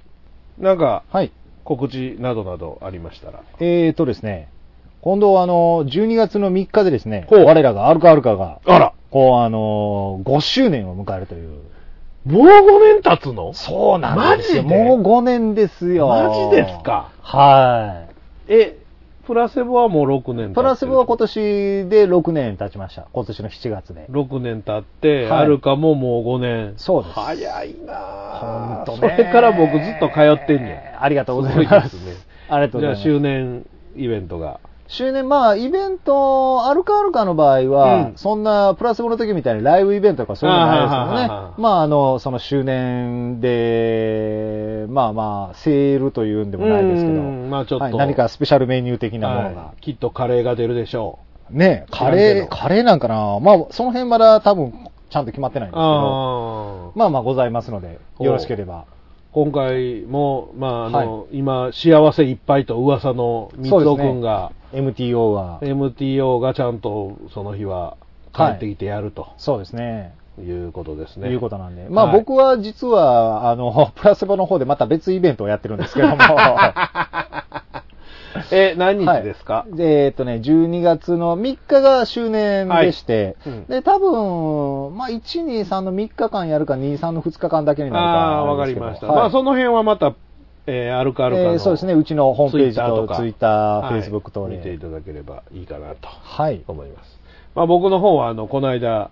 A: なんか、
B: はい。
A: 告知などなどありましたら。
B: えーとですね、今度はあの、12月の3日でですね、
A: ほう
B: 我らがアルカアルカが、
A: あら
B: こうあの、5周年を迎えるという。
A: もう5年経つの
B: そうなんですよ。
A: マジで
B: もう5年ですよ。
A: マジですか
B: はい。
A: え、プラセボはもう6年経ってる
B: プラス部は今年で6年経ちました。今年の7月で。
A: 6年経って、
B: はい
A: アルカももう5年。
B: そうです
A: 早いなぁ
B: ほんと
A: そ
B: ね
A: れから僕ずっと通ってんねん。
B: ありがとうございます。
A: ごいですね
B: ありがとう
A: じ
B: ご
A: ゃあ、
B: ざいます。
A: 周年イベントが。
B: 周年、まあ、イベント、アルカアルカの場合は、
A: うん
B: そんな、プラスボの時みたいにライブイベントとかそういうのないです
A: あーはーはー
B: よ
A: は
B: ね。
A: ー
B: まあ、あの、その周年で、まあまあ、セールというんでもないですけど、
A: うんまあちょっと
B: はい何かスペシャルメニュー的なものが。
A: はいきっとカレーが出るでしょ
B: ね、カレ
A: 知らん
B: ー、
A: けど
B: カレーなんかなまあ、その辺まだ多分、ちゃんと決まってない
A: う。
B: んですけど、
A: ああ。
B: まあまあ、ございますので、よろしければ。
A: 今回も、まあ、あの、今、幸せいっぱいと噂の三つ
B: そう
A: お
B: ですね
A: くんが、
B: MTO は、
A: MTO がちゃんとその日は帰ってきてやると
B: そうですね。
A: いうことですね。
B: いうことなんで。まあ
A: はい
B: 僕は実は、あの、 プラセボの方でまた別イベントをやってるんで すけども。
A: え、何
B: は
A: 日
B: い
A: ですか、
B: でえーっとね、12月の3日が周年でして、
A: はいうん
B: で、多分、まあ、1、2、3の3日間やるか、2、3の2日間だけになるか
A: ああー、
B: な
A: わ
B: ん
A: か
B: です
A: り
B: けど。
A: ました。
B: はい
A: まあ、その辺はまた、えー、アルカアルカの、
B: えーそうですね、うちのホームページと、ツイッター、フェイスブック
A: と
B: 等
A: かはい
B: で。
A: 見ていただければいいかなと
B: はい。
A: 思います。まあ、僕の方は、あの、この間、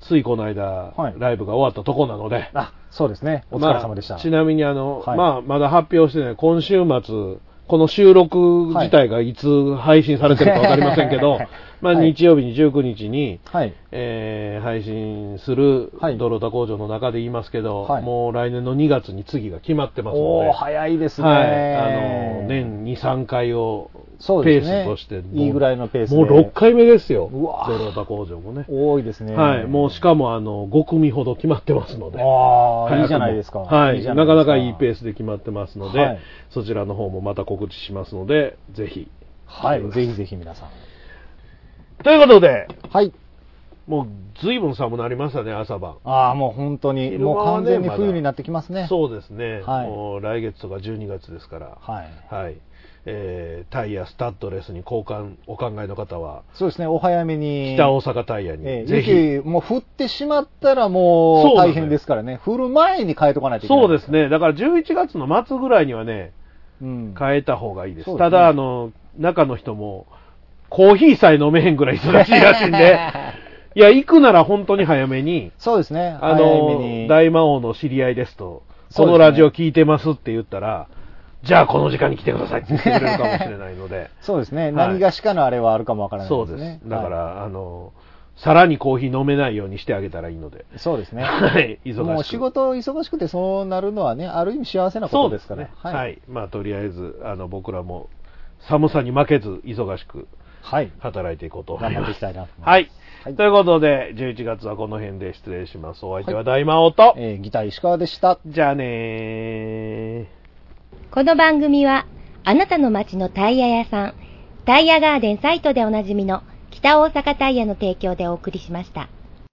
A: ついこの間、
B: はい
A: ライブが終わったとこなので、
B: あ、そうですね。お疲れ様でした。
A: まあちなみに、あの、
B: はい
A: まあ、まだ発表してない、今週末、この収録自体がいつ配信されてるかわかりませんけど、 まあ、
B: はい
A: 日曜日に19日に、
B: はい。
A: えー配信する
B: はい
A: ドロータ工場の中で言いますけど、
B: はい
A: もう来年の2月に次が決まってますので、
B: おー、早いですね。
A: はい、あの年2、3回を
B: そう
A: ペー
B: です
A: ス
B: ね
A: として、
B: いいぐらいのペースで
A: もう6回目ですよ、
B: うわー
A: ドロータ工場もね。
B: 多いですね。
A: はい、もうしかもあの5組ほど決まってますので、
B: あ
A: 早く
B: あ、
A: も
B: いいじゃないですか。
A: はい
B: じゃ
A: なかなかいい
B: ー
A: ペー
B: ス。
A: スで決まってますので、
B: はい
A: そちらの方もまた告知しますので、ぜひ。
B: はい、ぜひぜひ皆さん。
A: ということで、
B: はい。
A: もう随分寒なりましたね、朝晩。
B: ああ、もう本当に、
A: 昼間
B: もう
A: はね
B: 完全に
A: まだ
B: 冬になってきますね。
A: そうですね、
B: はい
A: もう来月とか12月ですから、
B: はい。
A: はいえータイヤスタッドレスに交換お考えの方は、
B: そうですね、お早めに。
A: 北大阪タイヤに、
B: ええ
A: ぜひ。
B: 雪、もう降ってしまったらも
A: そう
B: う
A: なん
B: 大
A: です
B: 変ですからね。降る前に変えとかないといけない。
A: そうですね、だから11月の末ぐらいにはね、
B: うん。
A: 変えた方がいいです。
B: そうで
A: た
B: すね
A: だ、あの、中の人も、コーヒーさえ飲めへんぐらい忙しいらしいん で、いや、行くなら本当に早めに、
B: そうですね。
A: あ
B: 早め
A: の、
B: に
A: 大魔王の知り合いですと、
B: そう
A: この
B: ですね、
A: ラジオ聞いてますって言ったら、じゃあこの時間に来てくださいって言ってくれるかもしれないので
B: そうですね。
A: い
B: 何がしかのあれはあるかもわからな
A: そ
B: いうです
A: で
B: ね。
A: す。だから、
B: は
A: あの、さらにコーヒー飲めないようにしてあげたらいいので、
B: い。そうです ね。
A: はい、忙しく。
B: もう仕事忙しくてそうなるのはね、ある意味幸せなこ
A: そう
B: とですから。
A: ね。はい、まあ、とりあえず、あの、僕らも、寒さに負けず、忙しく
B: はい。
A: 働いていこうと思
B: 頑
A: い
B: 張っ
A: ま
B: てい
A: す
B: き。たいなと思います。
A: はい。
B: はい
A: ということで、11月はこの辺で失礼します。お相手は大魔王と、
B: えーギター石川でした。
A: じゃあねー。
D: この番組は、あなたの街のタイヤ屋さん、タイヤガーデンサイトでおなじみの北大阪タイヤの提供でお送りしました。